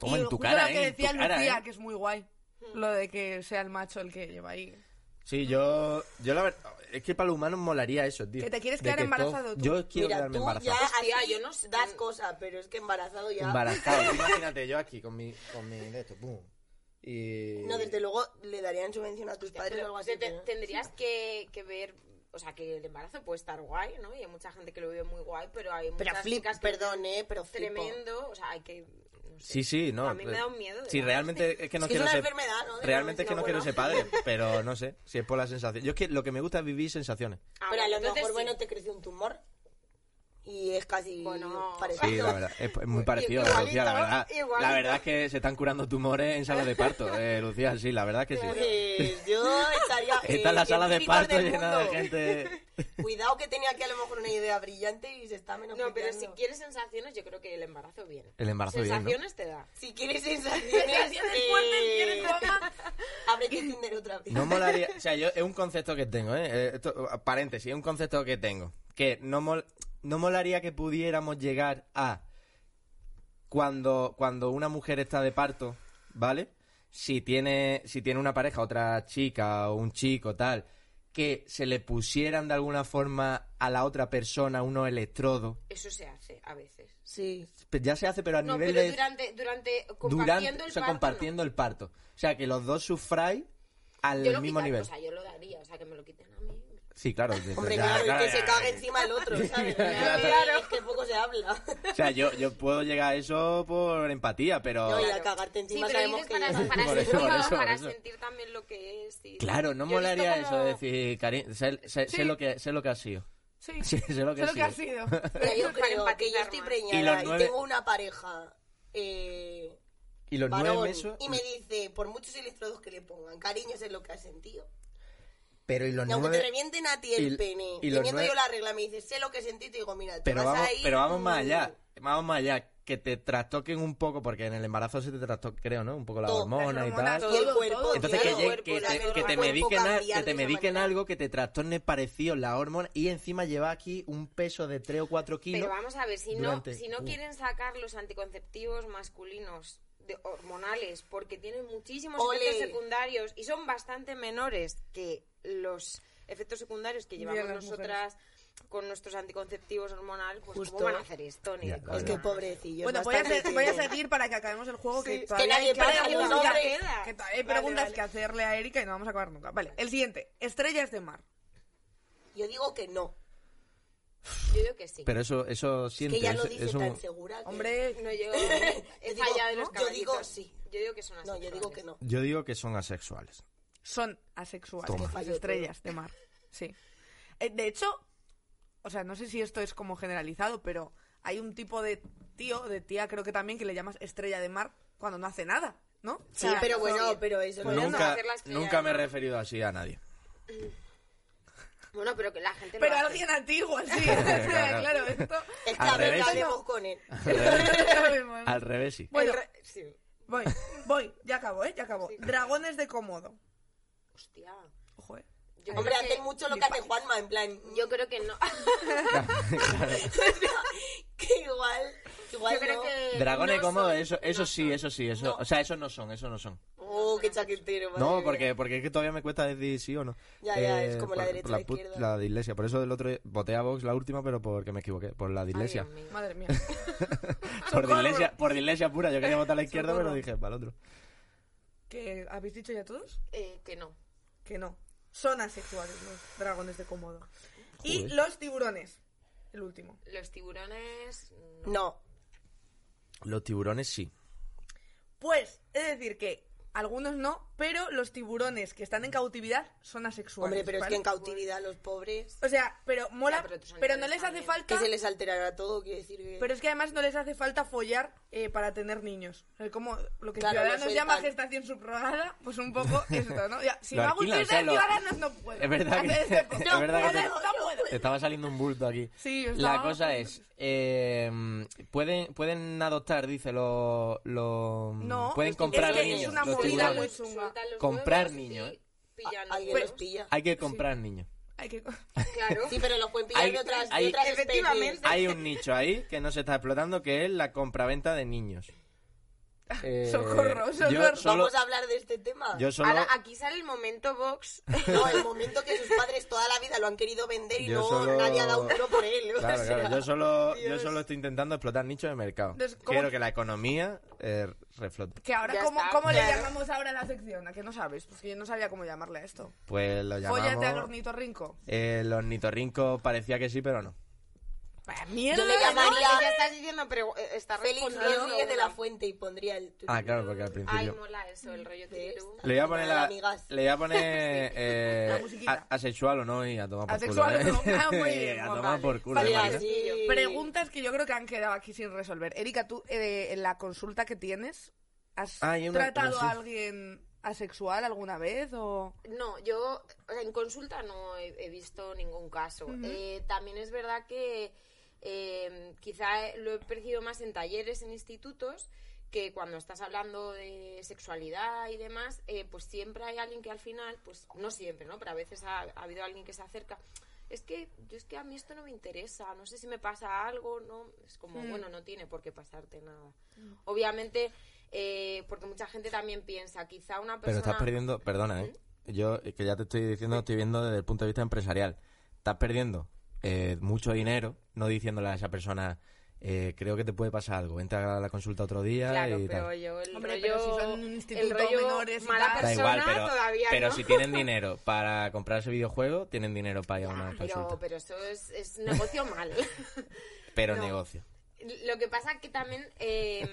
[SPEAKER 1] Toma
[SPEAKER 2] Y
[SPEAKER 1] en tu
[SPEAKER 2] justo lo
[SPEAKER 1] cara,
[SPEAKER 2] que
[SPEAKER 1] ¿eh? En tu
[SPEAKER 2] decía
[SPEAKER 1] cara,
[SPEAKER 2] Lucía,
[SPEAKER 1] ¿eh?
[SPEAKER 2] que es muy guay. Lo de que sea el macho el que lleva ahí.
[SPEAKER 1] Sí, yo. Yo la verdad. Es que para los humanos molaría eso, tío.
[SPEAKER 2] Que te quieres
[SPEAKER 1] De
[SPEAKER 2] quedar
[SPEAKER 1] que
[SPEAKER 2] embarazado
[SPEAKER 1] todo-
[SPEAKER 2] tú.
[SPEAKER 1] Yo quiero
[SPEAKER 3] Mira,
[SPEAKER 1] quedarme
[SPEAKER 3] tú
[SPEAKER 1] embarazado.
[SPEAKER 3] ya así
[SPEAKER 4] Hostia, yo no sé.
[SPEAKER 3] das cosas, pero es que embarazado ya...
[SPEAKER 1] Embarazado. Imagínate yo aquí con mi. Con mi de esto, pum. Y.
[SPEAKER 3] No, desde luego le darían subvención a tus padres o algo así.
[SPEAKER 4] Eh, Te- te-
[SPEAKER 3] ¿no?
[SPEAKER 4] tendrías que, que ver, O sea, que el embarazo puede estar guay, ¿no? Y hay mucha gente que lo vive muy guay, pero hay
[SPEAKER 3] Pero
[SPEAKER 4] muchas
[SPEAKER 3] flip-
[SPEAKER 4] chicas que lo
[SPEAKER 3] perdón,
[SPEAKER 4] viven
[SPEAKER 3] ¿eh? Pero flipo.
[SPEAKER 4] Tremendo, o sea, hay que... no sé.
[SPEAKER 1] Sí, sí, no. eh,
[SPEAKER 4] A mí me da un miedo. de este.
[SPEAKER 1] Sí,
[SPEAKER 4] verdad.
[SPEAKER 1] realmente es que no
[SPEAKER 4] es que
[SPEAKER 1] quiero
[SPEAKER 4] es una
[SPEAKER 1] ser.
[SPEAKER 4] enfermedad, ¿no? De
[SPEAKER 1] Realmente es que no
[SPEAKER 4] momento,
[SPEAKER 1] quiero ser
[SPEAKER 4] bueno.
[SPEAKER 1] padre, pero no sé si es por la sensación. Yo es que lo que me gusta es vivir sensaciones.
[SPEAKER 3] pero a lo
[SPEAKER 4] entonces
[SPEAKER 3] mejor,
[SPEAKER 4] sí.
[SPEAKER 3] bueno, te crece un tumor y es casi parecido.
[SPEAKER 1] Sí, la verdad, es, es muy parecido,
[SPEAKER 3] Igualito,
[SPEAKER 1] Lucía, la verdad.
[SPEAKER 3] igualito.
[SPEAKER 1] La verdad es que se están curando tumores en sala de parto, eh, Lucía, sí, la verdad es que sí.
[SPEAKER 3] Eh, yo
[SPEAKER 1] [LAUGHS]
[SPEAKER 3] estaría... eh,
[SPEAKER 1] Está la sala de
[SPEAKER 3] científicos
[SPEAKER 1] parto
[SPEAKER 3] del
[SPEAKER 1] llena de
[SPEAKER 3] mundo.
[SPEAKER 1] gente.
[SPEAKER 3] Cuidado que tenía aquí a lo mejor una idea brillante y se está menos
[SPEAKER 4] No, pero si quieres sensaciones, yo creo que el embarazo viene.
[SPEAKER 1] El embarazo viene, ¿no?
[SPEAKER 4] Sensaciones te da.
[SPEAKER 3] Si quieres [LAUGHS] sensaciones,
[SPEAKER 4] Sensaciones
[SPEAKER 3] eh,
[SPEAKER 4] fuertes, quieres
[SPEAKER 3] coma, [LAUGHS] habré que entender otra vez.
[SPEAKER 1] No molaría. O sea, yo, es un concepto que tengo, ¿eh? ¿eh? esto, paréntesis, es un concepto que tengo. Que no, mol- no molaría que pudiéramos llegar a. Cuando, cuando una mujer está de parto, ¿vale? Si tiene, si tiene una pareja, otra chica o un chico, tal, que se le pusieran de alguna forma a la otra persona unos electrodos.
[SPEAKER 4] Eso se hace a veces.
[SPEAKER 3] Sí.
[SPEAKER 1] Pues Ya se hace, pero a
[SPEAKER 4] No,
[SPEAKER 1] nivel
[SPEAKER 4] pero
[SPEAKER 1] de.
[SPEAKER 4] durante, durante compartiendo
[SPEAKER 1] durante-
[SPEAKER 4] el
[SPEAKER 1] o sea,
[SPEAKER 4] parto,
[SPEAKER 1] compartiendo el parto. O sea, que los dos sufráis
[SPEAKER 4] no.
[SPEAKER 1] al
[SPEAKER 4] Yo lo
[SPEAKER 1] mismo
[SPEAKER 4] quitaría,
[SPEAKER 1] nivel.
[SPEAKER 4] O sea, yo lo daría, o sea, que me lo quiten a mí.
[SPEAKER 1] Sí, claro.
[SPEAKER 3] Hombre,
[SPEAKER 1] ya,
[SPEAKER 3] claro, y que
[SPEAKER 1] ya,
[SPEAKER 3] se
[SPEAKER 1] ya.
[SPEAKER 3] cague encima el otro,
[SPEAKER 1] [LAUGHS]
[SPEAKER 3] ¿sabes?
[SPEAKER 1] Claro.
[SPEAKER 3] Claro, es que poco se habla.
[SPEAKER 1] O sea, yo, yo puedo llegar a eso por empatía, pero...
[SPEAKER 3] No, y a cagarte encima
[SPEAKER 4] sí,
[SPEAKER 3] sabemos
[SPEAKER 4] pero
[SPEAKER 3] que... [LAUGHS]
[SPEAKER 4] dices
[SPEAKER 1] [LAUGHS]
[SPEAKER 4] para,
[SPEAKER 1] que-
[SPEAKER 4] para
[SPEAKER 1] Por eso,
[SPEAKER 4] sentir,
[SPEAKER 1] por eso, por
[SPEAKER 4] para
[SPEAKER 1] eso.
[SPEAKER 4] sentir también lo que es. y-
[SPEAKER 1] Claro, no
[SPEAKER 4] Yo he visto
[SPEAKER 1] molaría
[SPEAKER 4] como-
[SPEAKER 1] eso de decir, cariño, sé, sé- sé
[SPEAKER 4] Sí.
[SPEAKER 1] lo que, sé lo que has sido.
[SPEAKER 14] Sí.
[SPEAKER 1] [LAUGHS] sé lo que has sido. [LAUGHS]
[SPEAKER 3] Pero yo creo
[SPEAKER 4] Para
[SPEAKER 3] que yo
[SPEAKER 4] empatizar
[SPEAKER 3] estoy
[SPEAKER 4] más.
[SPEAKER 1] Y los
[SPEAKER 3] preñada y,
[SPEAKER 1] nueve-
[SPEAKER 3] tengo una pareja eh,
[SPEAKER 1] Y los
[SPEAKER 3] varón
[SPEAKER 1] nueve meses...
[SPEAKER 3] y me dice, por muchos electrodos que le pongan, cariño, sé lo que has sentido.
[SPEAKER 1] Pero y los
[SPEAKER 3] Y aunque te
[SPEAKER 1] nueve...
[SPEAKER 3] revienten a ti el
[SPEAKER 1] y-
[SPEAKER 3] pene,
[SPEAKER 1] y los
[SPEAKER 3] teniendo
[SPEAKER 1] nueve-
[SPEAKER 3] yo la regla, me dice, sé lo que sentí, te digo, mira, tú
[SPEAKER 1] Pero
[SPEAKER 3] vas
[SPEAKER 1] vamos,
[SPEAKER 3] a ir...
[SPEAKER 1] pero vamos más allá, vamos más allá. Que te trastoquen un poco, porque en el embarazo se te trastoquen, creo, ¿no? Un poco las
[SPEAKER 3] Todo,
[SPEAKER 1] hormonas y tal.
[SPEAKER 3] hormonas, todo, Y el cuerpo, todo.
[SPEAKER 1] Entonces
[SPEAKER 3] claro.
[SPEAKER 1] que, llegue-
[SPEAKER 3] El
[SPEAKER 1] que
[SPEAKER 3] cuerpo,
[SPEAKER 1] te,
[SPEAKER 3] la
[SPEAKER 1] que te
[SPEAKER 3] norma.
[SPEAKER 1] mediquen,
[SPEAKER 3] Cuerpo
[SPEAKER 1] a-
[SPEAKER 3] cambiar
[SPEAKER 1] que te
[SPEAKER 3] de esa
[SPEAKER 1] mediquen algo que te trastorne parecido la hormona y encima lleva aquí un peso de 3 o 4 kilos.
[SPEAKER 4] Pero vamos a ver, si
[SPEAKER 1] durante-
[SPEAKER 4] no, si no
[SPEAKER 1] Uh.
[SPEAKER 4] quieren sacar los anticonceptivos masculinos de- hormonales porque tienen muchísimos
[SPEAKER 3] Ole.
[SPEAKER 4] efectos secundarios y son bastante menores que los efectos secundarios que
[SPEAKER 3] De
[SPEAKER 4] llevamos
[SPEAKER 3] las
[SPEAKER 4] nosotras con nuestros anticonceptivos hormonales, pues
[SPEAKER 3] Justo.
[SPEAKER 4] ¿cómo van a hacer esto? Ni de coña.
[SPEAKER 3] Es que pobrecillos.
[SPEAKER 2] Bueno, voy a,
[SPEAKER 3] bastante
[SPEAKER 2] se- voy a
[SPEAKER 3] tienen.
[SPEAKER 2] seguir para que acabemos el juego.
[SPEAKER 3] Sí,
[SPEAKER 2] que,
[SPEAKER 3] que
[SPEAKER 2] todavía
[SPEAKER 3] nadie
[SPEAKER 2] hay
[SPEAKER 3] para
[SPEAKER 2] que-
[SPEAKER 3] ningún
[SPEAKER 2] ya,
[SPEAKER 3] hombre.
[SPEAKER 2] que todavía hay
[SPEAKER 3] Vale,
[SPEAKER 2] preguntas
[SPEAKER 3] vale.
[SPEAKER 2] que hacerle a Erika y no vamos a acabar nunca. Vale, el siguiente. Estrellas de mar.
[SPEAKER 3] Yo digo que no.
[SPEAKER 4] Yo digo que sí.
[SPEAKER 1] Pero eso, eso
[SPEAKER 3] Es
[SPEAKER 1] siente.
[SPEAKER 3] que ya
[SPEAKER 1] es-
[SPEAKER 3] lo dice
[SPEAKER 1] es un-
[SPEAKER 3] tan segura que...
[SPEAKER 2] Hombre,
[SPEAKER 3] [LAUGHS]
[SPEAKER 4] No, yo
[SPEAKER 3] Yo
[SPEAKER 4] he
[SPEAKER 3] digo,
[SPEAKER 4] fallado en los
[SPEAKER 3] yo digo
[SPEAKER 4] caballitos.
[SPEAKER 3] sí.
[SPEAKER 4] Yo digo que son
[SPEAKER 3] No, yo digo que no.
[SPEAKER 1] Yo digo que son asexuales.
[SPEAKER 2] son asexuales,
[SPEAKER 1] Toma.
[SPEAKER 2] las estrellas de mar. Sí. Eh, de hecho, o sea, no sé si esto es como generalizado, pero hay un tipo de tío, de tía creo que también, que le llamas estrella de mar cuando no hace nada, ¿no?
[SPEAKER 3] Sí, pero bueno, pero eso no
[SPEAKER 1] Nunca, nunca me he referido así a nadie.
[SPEAKER 4] Bueno, pero que la gente
[SPEAKER 2] Pero
[SPEAKER 4] lo hace.
[SPEAKER 2] alguien antiguo, sí. O sea, [LAUGHS] claro, esto...
[SPEAKER 3] Es que
[SPEAKER 1] Al
[SPEAKER 3] a ver,
[SPEAKER 1] revés,
[SPEAKER 3] ¿qué
[SPEAKER 1] sí.
[SPEAKER 3] hacemos con él?
[SPEAKER 1] Al revés,
[SPEAKER 3] [LAUGHS]
[SPEAKER 1] sí.
[SPEAKER 2] Bueno,
[SPEAKER 4] El re- sí.
[SPEAKER 2] voy, voy, ya acabo, ¿eh? Ya acabo. Dragones de Komodo.
[SPEAKER 4] Hostia.
[SPEAKER 2] Ojo, ¿eh?
[SPEAKER 4] Yo
[SPEAKER 3] Hombre,
[SPEAKER 4] creo que-
[SPEAKER 3] hacen mucho lo que hace Juanma, en plan... [LAUGHS]
[SPEAKER 4] Yo creo que no. [LAUGHS]
[SPEAKER 3] que igual... Igual
[SPEAKER 4] Yo creo
[SPEAKER 3] no.
[SPEAKER 4] que
[SPEAKER 1] Dragones
[SPEAKER 4] no
[SPEAKER 1] cómodos,
[SPEAKER 4] son-
[SPEAKER 1] eso, eso sí, eso sí, eso. O sea, eso no son, eso no son.
[SPEAKER 3] Oh, qué chaquetero. madre
[SPEAKER 1] No,
[SPEAKER 3] mía.
[SPEAKER 1] porque, porque es que todavía me cuesta decir sí o no. Eh,
[SPEAKER 3] Ya, ya, es como la
[SPEAKER 1] por-
[SPEAKER 3] derecha,
[SPEAKER 1] por
[SPEAKER 3] la
[SPEAKER 1] put-
[SPEAKER 3] izquierda.
[SPEAKER 1] la de iglesia. Por eso del otro voté a Vox la última, pero porque me equivoqué. Por la de iglesia.
[SPEAKER 2] Madre mía.
[SPEAKER 1] por, de iglesia por de iglesia pura. Yo quería votar a la izquierda,
[SPEAKER 2] Socorro.
[SPEAKER 1] pero dije para el otro.
[SPEAKER 2] ¿Que habéis dicho ya todos?
[SPEAKER 4] Eh, que no.
[SPEAKER 2] Que no. Son asexuales los dragones de Komodo. Y
[SPEAKER 1] Joder.
[SPEAKER 2] los tiburones. El último.
[SPEAKER 4] Los tiburones. No.
[SPEAKER 3] No.
[SPEAKER 1] Los tiburones sí.
[SPEAKER 2] Pues, es decir que algunos no, pero los tiburones que están en cautividad son asexuales.
[SPEAKER 3] Hombre, pero es
[SPEAKER 2] ¿vale?
[SPEAKER 3] que en cautividad los pobres...
[SPEAKER 2] O sea, pero mola,
[SPEAKER 3] Ya,
[SPEAKER 2] pero,
[SPEAKER 3] pero tus
[SPEAKER 2] no
[SPEAKER 3] animales
[SPEAKER 2] les hace
[SPEAKER 3] también.
[SPEAKER 2] falta...
[SPEAKER 3] Que se les alterará todo, quiere decir que...
[SPEAKER 2] Pero es que además no les hace falta follar eh, para tener niños. O sea, como lo que
[SPEAKER 3] Claro,
[SPEAKER 2] Ciudadanos
[SPEAKER 3] lo
[SPEAKER 2] llama
[SPEAKER 3] sueltan.
[SPEAKER 2] gestación subrogada, pues un
[SPEAKER 5] [LAUGHS]
[SPEAKER 2] poco esto, ¿no? Ya, si
[SPEAKER 1] Lo
[SPEAKER 2] me hago un
[SPEAKER 1] alquilan, o
[SPEAKER 2] test
[SPEAKER 1] sea,
[SPEAKER 2] de
[SPEAKER 1] lo-
[SPEAKER 2] Ciudadanos no puedo.
[SPEAKER 1] Es verdad que,
[SPEAKER 2] Hacer este poco.
[SPEAKER 1] es verdad que
[SPEAKER 2] No
[SPEAKER 1] te-
[SPEAKER 2] puedo, no puedo.
[SPEAKER 1] te estaba saliendo un bulto aquí.
[SPEAKER 2] Sí,
[SPEAKER 1] La
[SPEAKER 2] estaba-
[SPEAKER 1] cosa es, eh, pueden, pueden adoptar, dice, los... los-
[SPEAKER 2] No,
[SPEAKER 1] pueden
[SPEAKER 2] es que-
[SPEAKER 1] comprar
[SPEAKER 2] es que
[SPEAKER 1] niños.
[SPEAKER 2] Es una
[SPEAKER 1] los
[SPEAKER 2] movida muy
[SPEAKER 1] tiburones.
[SPEAKER 2] chunga.
[SPEAKER 1] comprar niños. ¿eh?
[SPEAKER 4] Pillan
[SPEAKER 3] Alguien
[SPEAKER 4] huevos.
[SPEAKER 3] los pilla.
[SPEAKER 1] Hay que comprar niños.
[SPEAKER 2] Hay que...
[SPEAKER 4] Claro.
[SPEAKER 3] Sí, pero los pueden pillar
[SPEAKER 1] Hay-
[SPEAKER 3] de otras, de
[SPEAKER 1] hay-
[SPEAKER 3] otras especies.
[SPEAKER 4] Efectivamente.
[SPEAKER 2] [LAUGHS]
[SPEAKER 1] Hay un nicho ahí que no se está explotando, que es la compraventa de niños. Eh,
[SPEAKER 3] Socorro,
[SPEAKER 1] yo
[SPEAKER 3] socorro.
[SPEAKER 1] solo-
[SPEAKER 3] Vamos a hablar de este tema.
[SPEAKER 1] Yo solo-
[SPEAKER 4] Ahora, aquí sale el momento
[SPEAKER 3] [LAUGHS]
[SPEAKER 4] Vox.
[SPEAKER 3] No, el momento que sus padres toda la vida lo han querido vender y
[SPEAKER 1] Yo
[SPEAKER 3] no
[SPEAKER 1] solo-
[SPEAKER 3] nadie ha dado un duro por él. o [LAUGHS]
[SPEAKER 1] Claro,
[SPEAKER 3] sea.
[SPEAKER 1] claro. Yo solo, yo solo estoy intentando explotar nichos de mercado.
[SPEAKER 2] Entonces, ¿cómo-
[SPEAKER 1] Quiero que la economía eh, reflote.
[SPEAKER 2] Que ahora,
[SPEAKER 5] Ya
[SPEAKER 2] ¿cómo,
[SPEAKER 5] está,
[SPEAKER 2] cómo le
[SPEAKER 5] claro.
[SPEAKER 2] llamamos ahora a la sección? ¿A qué no sabes? Pues que yo no sabía cómo llamarle a esto.
[SPEAKER 1] Pues lo
[SPEAKER 2] Fóllate al
[SPEAKER 1] llamamos...
[SPEAKER 2] ornitorrinco.
[SPEAKER 1] Eh, los nitorrincos parecía que sí, pero no.
[SPEAKER 2] Mierda,
[SPEAKER 3] Yo le llamaría
[SPEAKER 4] Ya estás diciendo, pero eh, está
[SPEAKER 3] Félix
[SPEAKER 4] respondiendo
[SPEAKER 3] Rodríguez de
[SPEAKER 4] una.
[SPEAKER 3] la Fuente y pondría el...
[SPEAKER 1] Ah, claro, porque al
[SPEAKER 4] Ay,
[SPEAKER 1] principio...
[SPEAKER 4] mola eso, el rollo que
[SPEAKER 1] Le voy a poner la...
[SPEAKER 3] Amigas.
[SPEAKER 1] Le voy a poner...
[SPEAKER 3] La
[SPEAKER 1] Eh,
[SPEAKER 3] musiquita.
[SPEAKER 1] a- asexual o no y a tomar por
[SPEAKER 2] Asexual
[SPEAKER 1] culo. ¿eh?
[SPEAKER 2] o no. Ah,
[SPEAKER 1] [LAUGHS]
[SPEAKER 2] muy
[SPEAKER 1] a
[SPEAKER 2] bien,
[SPEAKER 1] tomar
[SPEAKER 2] vale.
[SPEAKER 1] por culo.
[SPEAKER 2] Vale,
[SPEAKER 1] Marina.
[SPEAKER 3] sí.
[SPEAKER 2] Preguntas que yo creo que han quedado aquí sin resolver. Erika, tú, eh, en la consulta que tienes, ¿has
[SPEAKER 1] Ah, hay una-
[SPEAKER 2] tratado
[SPEAKER 1] no, sí.
[SPEAKER 2] a alguien asexual alguna vez? o
[SPEAKER 4] No, yo o sea, en consulta no he, he visto ningún caso.
[SPEAKER 2] Ujú.
[SPEAKER 4] Eh, también es verdad que eh, quizá lo he percibido más en talleres, en institutos, que cuando estás hablando de sexualidad y demás, eh, pues siempre hay alguien que al final, pues no siempre, ¿no? Pero a veces ha, ha habido alguien que se acerca. Es que yo es que a mí esto no me interesa, no sé si me pasa algo, no, es como,
[SPEAKER 15] Mm.
[SPEAKER 4] bueno, no tiene por qué pasarte nada. Obviamente, eh, porque mucha gente también piensa, quizá una
[SPEAKER 1] Pero
[SPEAKER 4] persona...
[SPEAKER 1] estás perdiendo, perdona, ¿eh? Yo, eh, que ya te estoy diciendo, estoy viendo desde el punto de vista empresarial. Estás perdiendo eh, mucho dinero no diciéndole a esa persona, eh, creo que te puede pasar algo, vente a la consulta otro día
[SPEAKER 4] Claro,
[SPEAKER 1] y
[SPEAKER 4] pero
[SPEAKER 1] tal.
[SPEAKER 4] yo el
[SPEAKER 2] Hombre,
[SPEAKER 4] rollo,
[SPEAKER 2] pero si son un instituto,
[SPEAKER 4] el rollo
[SPEAKER 2] menores y
[SPEAKER 4] mala
[SPEAKER 2] tal.
[SPEAKER 1] Da
[SPEAKER 4] persona
[SPEAKER 1] igual, pero,
[SPEAKER 4] todavía
[SPEAKER 1] pero
[SPEAKER 4] no.
[SPEAKER 1] si tienen dinero para comprarse videojuego, tienen dinero para ir a una
[SPEAKER 4] pero,
[SPEAKER 1] consulta.
[SPEAKER 4] pero eso es, es negocio [LAUGHS] mal.
[SPEAKER 1] Pero
[SPEAKER 4] no.
[SPEAKER 1] negocio.
[SPEAKER 4] Lo que pasa que también... eh,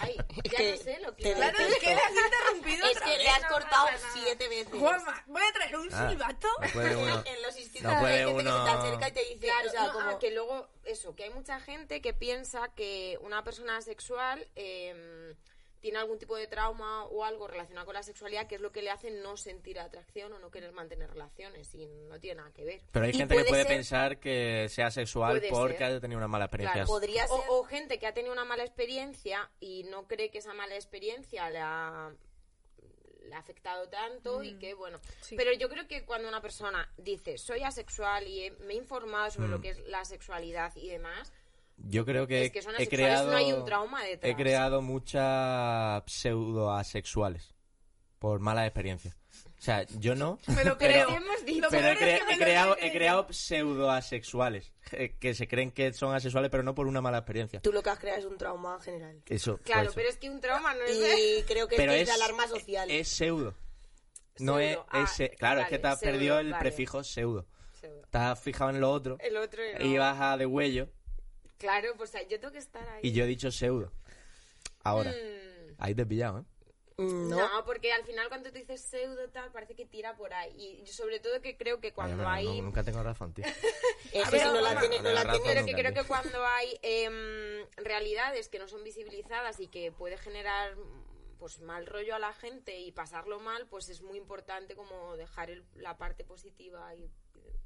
[SPEAKER 4] ay, ya no sé lo que...
[SPEAKER 3] Te
[SPEAKER 4] iba a
[SPEAKER 3] Claro,
[SPEAKER 4] decir.
[SPEAKER 3] es que le has
[SPEAKER 2] interrumpido
[SPEAKER 3] Es
[SPEAKER 2] otra
[SPEAKER 3] que
[SPEAKER 2] vez.
[SPEAKER 3] le has
[SPEAKER 2] No
[SPEAKER 3] cortado
[SPEAKER 2] pasa nada.
[SPEAKER 3] siete veces.
[SPEAKER 2] Juanma, voy a traer un
[SPEAKER 1] Ah, [LAUGHS]
[SPEAKER 2] silbato.
[SPEAKER 1] no puede uno-
[SPEAKER 3] en los institutos
[SPEAKER 1] no
[SPEAKER 3] hay
[SPEAKER 1] puede
[SPEAKER 3] gente que se te
[SPEAKER 1] uno-
[SPEAKER 3] acerca y te dice,
[SPEAKER 4] Claro,
[SPEAKER 3] o sea,
[SPEAKER 4] no,
[SPEAKER 3] como...
[SPEAKER 4] ah, que luego, eso, que hay mucha gente que piensa que una persona asexual eh, tiene algún tipo de trauma o algo relacionado con la sexualidad, que es lo que le hace no sentir atracción o no querer mantener relaciones, y no tiene nada que ver.
[SPEAKER 1] Pero hay
[SPEAKER 4] Y
[SPEAKER 1] gente que puede
[SPEAKER 4] ser-
[SPEAKER 1] pensar que sea sexual
[SPEAKER 4] Puede
[SPEAKER 1] porque
[SPEAKER 4] ser.
[SPEAKER 1] haya tenido una mala experiencia.
[SPEAKER 4] Claro, o, o gente que ha tenido una mala experiencia y no cree que esa mala experiencia la la ha afectado tanto
[SPEAKER 1] Mm.
[SPEAKER 4] y que bueno pero yo creo que cuando una persona dice soy asexual y he- me he informado sobre
[SPEAKER 1] Mm.
[SPEAKER 4] lo que es la sexualidad y demás
[SPEAKER 1] Yo creo que
[SPEAKER 4] Es que son
[SPEAKER 1] he
[SPEAKER 4] asexuales,
[SPEAKER 1] creado
[SPEAKER 4] no hay un trauma detrás.
[SPEAKER 1] he creado muchas pseudoasexuales por malas experiencias. O sea, yo
[SPEAKER 4] [LAUGHS]
[SPEAKER 1] no,
[SPEAKER 2] Me lo
[SPEAKER 1] pero,
[SPEAKER 2] creo.
[SPEAKER 4] dicho.
[SPEAKER 1] pero he, cre-
[SPEAKER 2] que me
[SPEAKER 1] he
[SPEAKER 2] lo
[SPEAKER 1] creado
[SPEAKER 2] creo.
[SPEAKER 1] he creado pseudoasexuales eh, que se creen que son asexuales pero no por una mala experiencia.
[SPEAKER 3] Tú lo que has creado es un trauma general.
[SPEAKER 1] Eso. pues
[SPEAKER 4] claro
[SPEAKER 1] eso.
[SPEAKER 4] pero es que un trauma no es
[SPEAKER 3] Y creo que
[SPEAKER 1] Pero
[SPEAKER 3] esto es,
[SPEAKER 1] es-
[SPEAKER 3] de alarma social.
[SPEAKER 1] es pseudo. No
[SPEAKER 4] Pseudo,
[SPEAKER 1] es,
[SPEAKER 4] ah,
[SPEAKER 1] es se- claro, es
[SPEAKER 4] vale,
[SPEAKER 1] que te has
[SPEAKER 4] pseudo,
[SPEAKER 1] perdido el
[SPEAKER 4] vale.
[SPEAKER 1] prefijo pseudo.
[SPEAKER 4] Pseudo.
[SPEAKER 1] Te has fijado en lo otro
[SPEAKER 4] El otro y no.
[SPEAKER 1] y vas a de huello
[SPEAKER 4] claro pues yo tengo que estar ahí
[SPEAKER 1] y yo he dicho pseudo. Ahora,
[SPEAKER 4] Mm.
[SPEAKER 1] ahí te he pillado, ¿eh?
[SPEAKER 4] No. porque al final cuando tú dices pseudo tal, parece que tira por ahí. Y yo sobre todo que creo que cuando
[SPEAKER 1] Ay, hombre,
[SPEAKER 4] hay... eh,
[SPEAKER 1] no- nunca tengo razón,
[SPEAKER 2] [LAUGHS]
[SPEAKER 1] tío.
[SPEAKER 3] Es
[SPEAKER 4] A
[SPEAKER 3] que
[SPEAKER 4] ver,
[SPEAKER 3] si no la
[SPEAKER 4] no,
[SPEAKER 3] tiene,
[SPEAKER 1] no,
[SPEAKER 3] no
[SPEAKER 1] no,
[SPEAKER 3] la
[SPEAKER 1] Rafa,
[SPEAKER 3] tiene.
[SPEAKER 4] Pero que
[SPEAKER 1] nunca,
[SPEAKER 4] creo
[SPEAKER 1] tío.
[SPEAKER 4] que cuando hay em, realidades que no son visibilizadas y que puede generar mm, pues mal rollo a la gente y pasarlo mal, pues es muy importante como dejar el- la parte positiva y eh,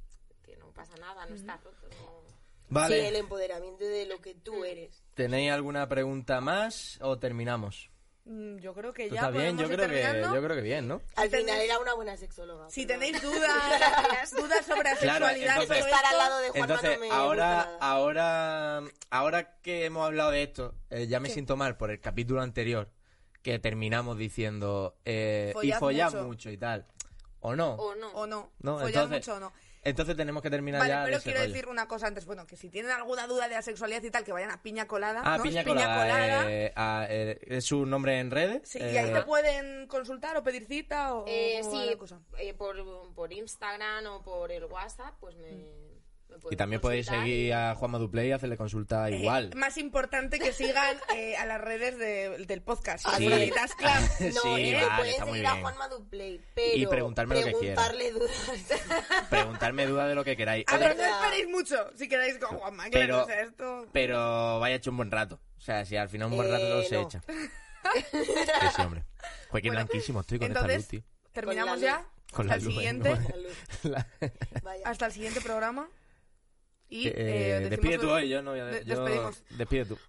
[SPEAKER 4] que no pasa nada, no está roto. no-
[SPEAKER 1] Vale.
[SPEAKER 3] Sí, el empoderamiento de lo que
[SPEAKER 2] Mm.
[SPEAKER 3] tú eres.
[SPEAKER 1] ¿Tenéis alguna pregunta más o terminamos?
[SPEAKER 2] Mm, Yo creo que
[SPEAKER 1] ¿Tú
[SPEAKER 2] ya.
[SPEAKER 1] estás bien?
[SPEAKER 2] podemos
[SPEAKER 1] Yo
[SPEAKER 2] ir
[SPEAKER 1] creo, que,
[SPEAKER 2] terminando.
[SPEAKER 1] yo creo que bien, ¿no?
[SPEAKER 3] Al
[SPEAKER 2] Si
[SPEAKER 3] final
[SPEAKER 2] tenéis-
[SPEAKER 3] era una buena sexóloga.
[SPEAKER 2] Si
[SPEAKER 3] pero-
[SPEAKER 2] tenéis dudas, dudas sobre
[SPEAKER 1] Claro,
[SPEAKER 2] asexualidad,
[SPEAKER 1] entonces-
[SPEAKER 2] sobre
[SPEAKER 3] Estar al
[SPEAKER 2] esto,
[SPEAKER 3] lado de Juanma
[SPEAKER 1] Entonces,
[SPEAKER 3] no me
[SPEAKER 1] ahora, ah,
[SPEAKER 3] gusta.
[SPEAKER 1] ahora, ahora que hemos hablado de esto, eh, ya me
[SPEAKER 2] ¿Qué?
[SPEAKER 1] siento mal por el capítulo anterior que terminamos diciendo eh, y
[SPEAKER 2] Follad
[SPEAKER 1] follar mucho.
[SPEAKER 2] mucho.
[SPEAKER 1] y tal. ¿O no?
[SPEAKER 4] O no.
[SPEAKER 2] o no,
[SPEAKER 1] No,
[SPEAKER 2] follar
[SPEAKER 1] entonces-
[SPEAKER 2] mucho o no.
[SPEAKER 1] Entonces tenemos que terminar
[SPEAKER 2] Vale,
[SPEAKER 1] ya de
[SPEAKER 2] pero
[SPEAKER 1] ese
[SPEAKER 2] quiero
[SPEAKER 1] rollo.
[SPEAKER 2] decir una cosa antes. Bueno, que si tienen alguna duda de asexualidad y tal, que vayan a Piña Colada.
[SPEAKER 1] Ah,
[SPEAKER 2] ¿no?
[SPEAKER 1] piña,
[SPEAKER 2] Es
[SPEAKER 1] colada. eh, ah, eh, ¿Es su nombre en redes?
[SPEAKER 2] Sí, y ahí
[SPEAKER 1] Eh,
[SPEAKER 2] te pueden consultar o pedir cita o.
[SPEAKER 4] Eh,
[SPEAKER 2] o
[SPEAKER 4] sí,
[SPEAKER 2] alguna cosa.
[SPEAKER 4] eh, por, por Instagram o por el WhatsApp, pues me... me
[SPEAKER 1] Y
[SPEAKER 4] pueden
[SPEAKER 1] también podéis
[SPEAKER 4] consultar y-
[SPEAKER 1] seguir a Juanma Duplay y hacerle consulta
[SPEAKER 2] Eh,
[SPEAKER 1] igual.
[SPEAKER 2] más importante que sigan eh, a las redes de- del podcast.
[SPEAKER 1] Sí.
[SPEAKER 2] Afroditas
[SPEAKER 1] [LAUGHS]
[SPEAKER 2] Club.
[SPEAKER 1] Sí,
[SPEAKER 3] No, es que
[SPEAKER 1] vale,
[SPEAKER 3] puedes
[SPEAKER 1] está muy
[SPEAKER 3] seguir a
[SPEAKER 1] bien.
[SPEAKER 3] Juanma Duplay, pero
[SPEAKER 1] Y preguntarme lo que quieras.
[SPEAKER 3] preguntarle dudas.
[SPEAKER 1] Preguntarme dudas de lo que queráis.
[SPEAKER 2] Ah,
[SPEAKER 1] Otra-
[SPEAKER 2] pero no esperéis mucho si queréis con Juanma.
[SPEAKER 1] Pero-
[SPEAKER 2] Claro, o sea, esto.
[SPEAKER 1] Pero vaya hecho un buen rato. O sea, si al final un buen
[SPEAKER 3] Eh,
[SPEAKER 1] rato todo se
[SPEAKER 3] no.
[SPEAKER 2] [LAUGHS]
[SPEAKER 1] echa. Que sí, hombre. Joder, qué blanquísimo estoy con
[SPEAKER 2] Entonces,
[SPEAKER 1] esta luz, tío.
[SPEAKER 2] terminamos
[SPEAKER 3] Con la
[SPEAKER 2] ya.
[SPEAKER 3] luz.
[SPEAKER 1] Con la
[SPEAKER 2] hasta el
[SPEAKER 1] luz, ¿eh?
[SPEAKER 2] siguiente.
[SPEAKER 1] Bueno. [LAUGHS] La-
[SPEAKER 3] Vaya.
[SPEAKER 2] Hasta el siguiente programa. Y
[SPEAKER 1] Eh,
[SPEAKER 2] eh, decimos
[SPEAKER 1] despide tú
[SPEAKER 2] lo-
[SPEAKER 1] hoy, yo no voy a...
[SPEAKER 2] de-
[SPEAKER 1] yo-
[SPEAKER 2] despedimos.
[SPEAKER 1] Despide tú.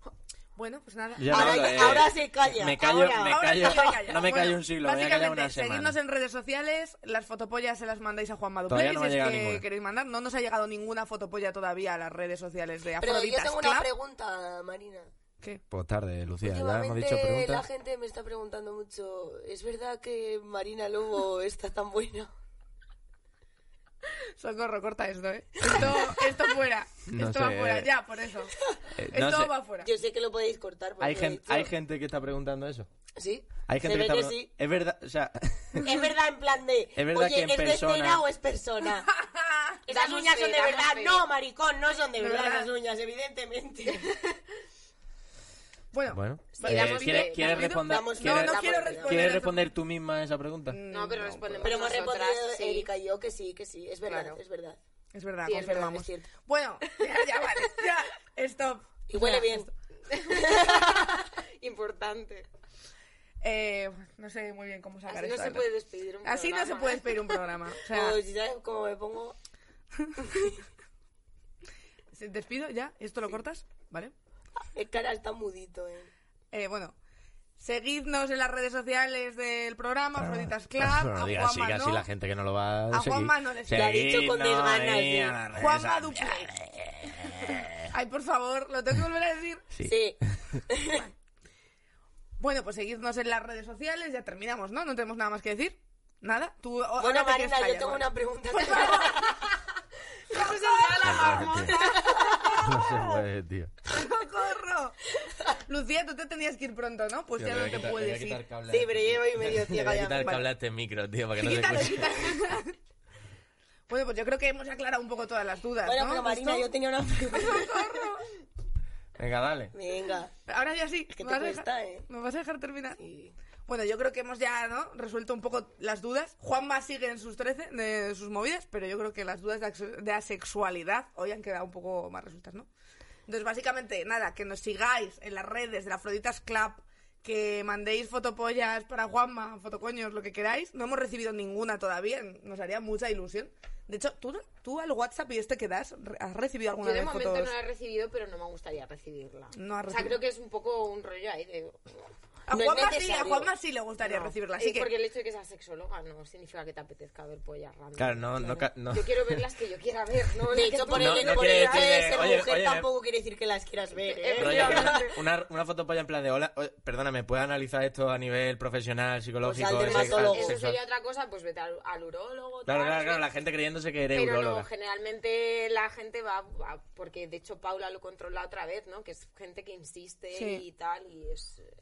[SPEAKER 2] Bueno, pues nada.
[SPEAKER 1] Yo ya no
[SPEAKER 3] Ahora,
[SPEAKER 1] hablo, eh,
[SPEAKER 3] ahora se calla.
[SPEAKER 1] Me callo,
[SPEAKER 3] ahora.
[SPEAKER 1] me
[SPEAKER 2] Ahora
[SPEAKER 1] callo.
[SPEAKER 2] sí que me callo.
[SPEAKER 1] No me
[SPEAKER 2] Bueno,
[SPEAKER 1] callo un siglo, me voy a callar
[SPEAKER 2] básicamente,
[SPEAKER 1] una semana.
[SPEAKER 2] Seguidnos en redes sociales, las fotopollas se las mandáis a Juan
[SPEAKER 1] Todavía
[SPEAKER 2] Maduplay
[SPEAKER 1] no
[SPEAKER 2] si
[SPEAKER 1] me ha
[SPEAKER 2] es
[SPEAKER 1] llegado
[SPEAKER 2] que
[SPEAKER 1] ninguna.
[SPEAKER 2] queréis mandar. No nos ha llegado ninguna fotopolla todavía a las redes sociales de
[SPEAKER 3] Pero yo
[SPEAKER 2] Afroditas
[SPEAKER 3] tengo una
[SPEAKER 2] Club.
[SPEAKER 3] pregunta, Marina.
[SPEAKER 2] ¿Qué?
[SPEAKER 1] Pues tarde, Lucía. Ya hemos dicho
[SPEAKER 3] Últimamente la
[SPEAKER 1] preguntas.
[SPEAKER 3] gente me está preguntando mucho, ¿es verdad que Marina Lobo está tan buena?
[SPEAKER 2] Socorro, corta esto, ¿eh? Esto, esto fuera.
[SPEAKER 1] No
[SPEAKER 2] esto va
[SPEAKER 1] sé.
[SPEAKER 2] fuera, ya, por eso.
[SPEAKER 1] Eh, no
[SPEAKER 2] esto
[SPEAKER 1] sé.
[SPEAKER 2] va fuera.
[SPEAKER 3] Yo sé que lo podéis cortar.
[SPEAKER 1] Hay,
[SPEAKER 3] porque
[SPEAKER 1] gen-
[SPEAKER 3] he dicho-
[SPEAKER 1] hay gente que está preguntando eso.
[SPEAKER 3] Sí.
[SPEAKER 1] Hay gente
[SPEAKER 3] Se ve
[SPEAKER 1] que
[SPEAKER 3] que
[SPEAKER 1] está
[SPEAKER 3] sí.
[SPEAKER 1] Es verdad, o sea,
[SPEAKER 3] Es verdad, en plan de.
[SPEAKER 1] Es verdad
[SPEAKER 3] oye,
[SPEAKER 1] que en
[SPEAKER 3] ¿es
[SPEAKER 1] persona-
[SPEAKER 3] de cera o es persona?
[SPEAKER 4] [LAUGHS]
[SPEAKER 3] Esas
[SPEAKER 4] Damos
[SPEAKER 3] uñas
[SPEAKER 4] fe,
[SPEAKER 3] son de
[SPEAKER 4] damos
[SPEAKER 3] verdad.
[SPEAKER 4] fe.
[SPEAKER 3] No, maricón, no son de
[SPEAKER 4] No,
[SPEAKER 3] verdad,
[SPEAKER 4] ¿verdad? Pues
[SPEAKER 3] esas uñas, evidentemente.
[SPEAKER 1] [LAUGHS]
[SPEAKER 2] Bueno,
[SPEAKER 1] bueno.
[SPEAKER 3] Vale,
[SPEAKER 1] eh,
[SPEAKER 3] damos
[SPEAKER 1] ¿Quieres,
[SPEAKER 3] fe,
[SPEAKER 1] quieres
[SPEAKER 3] damos fe.
[SPEAKER 1] responder?
[SPEAKER 3] Damos fe,
[SPEAKER 1] ¿quieres,
[SPEAKER 3] damos fe,
[SPEAKER 1] ¿quieres
[SPEAKER 3] damos fe.
[SPEAKER 1] ¿quieres responder tú misma a esa pregunta?
[SPEAKER 2] Mm,
[SPEAKER 4] No, pero
[SPEAKER 3] [LAUGHS]
[SPEAKER 4] respondemos.
[SPEAKER 3] Pero hemos
[SPEAKER 4] nosotras,
[SPEAKER 3] respondido,
[SPEAKER 4] sí.
[SPEAKER 3] Erika y yo, que sí, que sí. Es verdad,
[SPEAKER 4] Claro.
[SPEAKER 3] es verdad.
[SPEAKER 2] Es verdad,
[SPEAKER 3] Sí, es verdad,
[SPEAKER 2] confirmamos.
[SPEAKER 3] es cierto.
[SPEAKER 2] bueno, ya, ya, vale, ya. Stop.
[SPEAKER 3] Y huele
[SPEAKER 2] Ya,
[SPEAKER 3] bien.
[SPEAKER 2] stop.
[SPEAKER 4] Importante.
[SPEAKER 2] Eh, no sé muy bien cómo sacar
[SPEAKER 4] Así no
[SPEAKER 2] esto
[SPEAKER 4] se
[SPEAKER 2] adelante.
[SPEAKER 4] puede despedir un
[SPEAKER 2] Así no se
[SPEAKER 4] programa.
[SPEAKER 2] puede despedir un programa. O sea,
[SPEAKER 3] Pues, ¿eh? ¿sabes cómo me pongo?
[SPEAKER 2] ¿se- despido ya, esto lo cortas, ¿vale?
[SPEAKER 3] El cara está mudito, eh.
[SPEAKER 2] Eh, bueno, seguidnos en las redes sociales del programa, Afroditas Club,
[SPEAKER 1] Pero no
[SPEAKER 2] a
[SPEAKER 1] digas así,
[SPEAKER 2] Juanma,
[SPEAKER 1] que así
[SPEAKER 2] ¿no?
[SPEAKER 1] la gente que no lo va a,
[SPEAKER 2] A Juanma no le sigue. Lo ha dicho con desganas,
[SPEAKER 1] eh,
[SPEAKER 2] sí. Juanma Dupré. Ay, por favor, lo tengo que volver a decir.
[SPEAKER 1] Sí. [LAUGHS]
[SPEAKER 2] Bueno, pues seguidnos en las redes sociales, ya terminamos, ¿no? No tenemos nada más que decir. Nada, tú.
[SPEAKER 3] Bueno,
[SPEAKER 2] ahora te quieres
[SPEAKER 3] Marina, yo
[SPEAKER 2] callar,
[SPEAKER 3] tengo
[SPEAKER 2] vale.
[SPEAKER 3] una pregunta.
[SPEAKER 1] [LAUGHS] No se puede, tío.
[SPEAKER 2] ¡Socorro! Lucía, tú te tenías que ir pronto, ¿no? Pues
[SPEAKER 1] Tío,
[SPEAKER 2] ya
[SPEAKER 1] le voy a
[SPEAKER 2] no te
[SPEAKER 1] quitar- le voy a
[SPEAKER 2] puedes
[SPEAKER 1] quitar
[SPEAKER 2] ir.
[SPEAKER 1] cable
[SPEAKER 3] Sí, pero llevo y medio
[SPEAKER 1] Le [LAUGHS]
[SPEAKER 3] ciega
[SPEAKER 1] voy a
[SPEAKER 3] ya.
[SPEAKER 1] quitar el
[SPEAKER 3] Vale.
[SPEAKER 1] cable a este micro, tío, para que no se
[SPEAKER 2] Quítalo,
[SPEAKER 1] escuche.
[SPEAKER 2] quítalo. Bueno, pues yo creo que hemos aclarado un poco todas las dudas,
[SPEAKER 3] Bueno,
[SPEAKER 2] ¿no?
[SPEAKER 3] pero Marina,
[SPEAKER 2] ¿Justo?
[SPEAKER 3] yo tenía una pregunta. [LAUGHS]
[SPEAKER 1] Venga, dale.
[SPEAKER 3] Venga.
[SPEAKER 2] [LAUGHS] Ahora ya sí.
[SPEAKER 3] Es que
[SPEAKER 2] ¿me
[SPEAKER 3] te
[SPEAKER 2] vas a dejar-
[SPEAKER 3] cuesta, eh.
[SPEAKER 2] ¿Me vas a dejar terminar? Bueno, yo creo que hemos ya, ¿no? Resuelto un poco las dudas. Juanma sigue en sus 13, de sus movidas, pero yo creo que las dudas de axe- de asexualidad hoy han quedado un poco más resueltas, ¿no? Entonces, básicamente, nada, que nos sigáis en las redes de la Afroditas Club, que mandéis fotopollas para Juanma, fotocoños, lo que queráis. No hemos recibido ninguna todavía, nos haría mucha ilusión. De hecho, tú, tú al WhatsApp y este que das, re- ¿has recibido
[SPEAKER 4] Yo
[SPEAKER 2] alguna
[SPEAKER 4] de
[SPEAKER 2] vez
[SPEAKER 4] momento
[SPEAKER 2] fotos?
[SPEAKER 4] no la he recibido, pero no me gustaría recibirla.
[SPEAKER 2] No ha
[SPEAKER 4] O sea,
[SPEAKER 2] recibido.
[SPEAKER 4] creo que es un poco un rollo ahí de...
[SPEAKER 2] A
[SPEAKER 4] No es
[SPEAKER 2] Juanma sí, a
[SPEAKER 4] necesario.
[SPEAKER 2] Juanma sí le gustaría
[SPEAKER 4] No.
[SPEAKER 2] recibirla,
[SPEAKER 4] Eh,
[SPEAKER 2] así que...
[SPEAKER 4] Porque el hecho de que seas sexóloga no significa que te apetezca ver pollas random.
[SPEAKER 1] Claro, no, no, ca- no.
[SPEAKER 4] Yo quiero ver las que yo quiera ver,
[SPEAKER 2] [LAUGHS]
[SPEAKER 4] ¿no?
[SPEAKER 3] De hecho, por
[SPEAKER 1] No,
[SPEAKER 3] el,
[SPEAKER 1] no
[SPEAKER 3] por
[SPEAKER 1] quiere
[SPEAKER 3] el hecho de
[SPEAKER 1] decirle,
[SPEAKER 3] ser
[SPEAKER 1] oye,
[SPEAKER 3] mujer
[SPEAKER 1] oye,
[SPEAKER 3] tampoco quiere decir que las quieras ver, ¿eh?
[SPEAKER 1] Rollo, que una, una, una foto polla en plan de hola. oye, Perdóname, ¿puedes analizar esto a nivel profesional, psicológico?
[SPEAKER 3] al
[SPEAKER 1] ese-
[SPEAKER 3] dermatólogo.
[SPEAKER 1] al
[SPEAKER 4] Eso
[SPEAKER 1] sexual?
[SPEAKER 4] sería otra cosa, pues vete al, al urólogo.
[SPEAKER 1] Claro,
[SPEAKER 4] tal,
[SPEAKER 1] claro,
[SPEAKER 4] no
[SPEAKER 1] claro,
[SPEAKER 4] sé.
[SPEAKER 1] la gente creyéndose que eres
[SPEAKER 4] Pero
[SPEAKER 1] urologa.
[SPEAKER 4] no, generalmente la gente va, va- porque de hecho Paula lo controla otra vez, ¿no? Que es gente que insiste
[SPEAKER 2] Sí.
[SPEAKER 4] y tal, y es eh,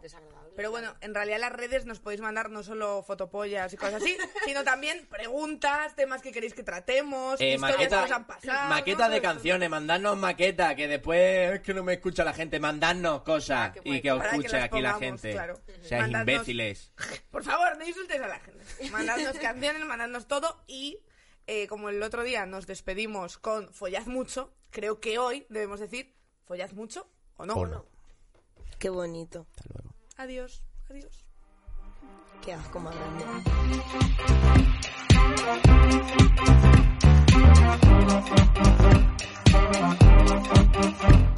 [SPEAKER 4] desagradable.
[SPEAKER 2] Pero bueno, en realidad las redes nos podéis mandar no solo fotopollas y cosas
[SPEAKER 1] [LAUGHS]
[SPEAKER 2] así, sino también preguntas, temas que queréis que tratemos,
[SPEAKER 1] Eh,
[SPEAKER 2] historias que
[SPEAKER 1] maqueta,
[SPEAKER 2] os han pasado.
[SPEAKER 1] maquetas
[SPEAKER 2] ¿no?
[SPEAKER 1] de
[SPEAKER 2] Todo esto.
[SPEAKER 1] canciones, mandadnos maquetas, que después es que no me escucha la gente, mandadnos cosas
[SPEAKER 2] Ah, qué guay.
[SPEAKER 1] y que os
[SPEAKER 2] Para que
[SPEAKER 1] escuche
[SPEAKER 2] las
[SPEAKER 1] aquí la
[SPEAKER 2] pongamos,
[SPEAKER 1] gente.
[SPEAKER 2] claro.
[SPEAKER 1] Seáis
[SPEAKER 2] Mandadnos-
[SPEAKER 1] imbéciles.
[SPEAKER 2] Por favor, no insultes a la gente. Mandadnos canciones, mandadnos todo y eh, como el otro día nos despedimos con follad mucho, creo que hoy debemos decir follad mucho o no.
[SPEAKER 1] O no.
[SPEAKER 3] Qué bonito.
[SPEAKER 2] Adiós, adiós.
[SPEAKER 3] Qué asco más grande.
[SPEAKER 16] Thank you.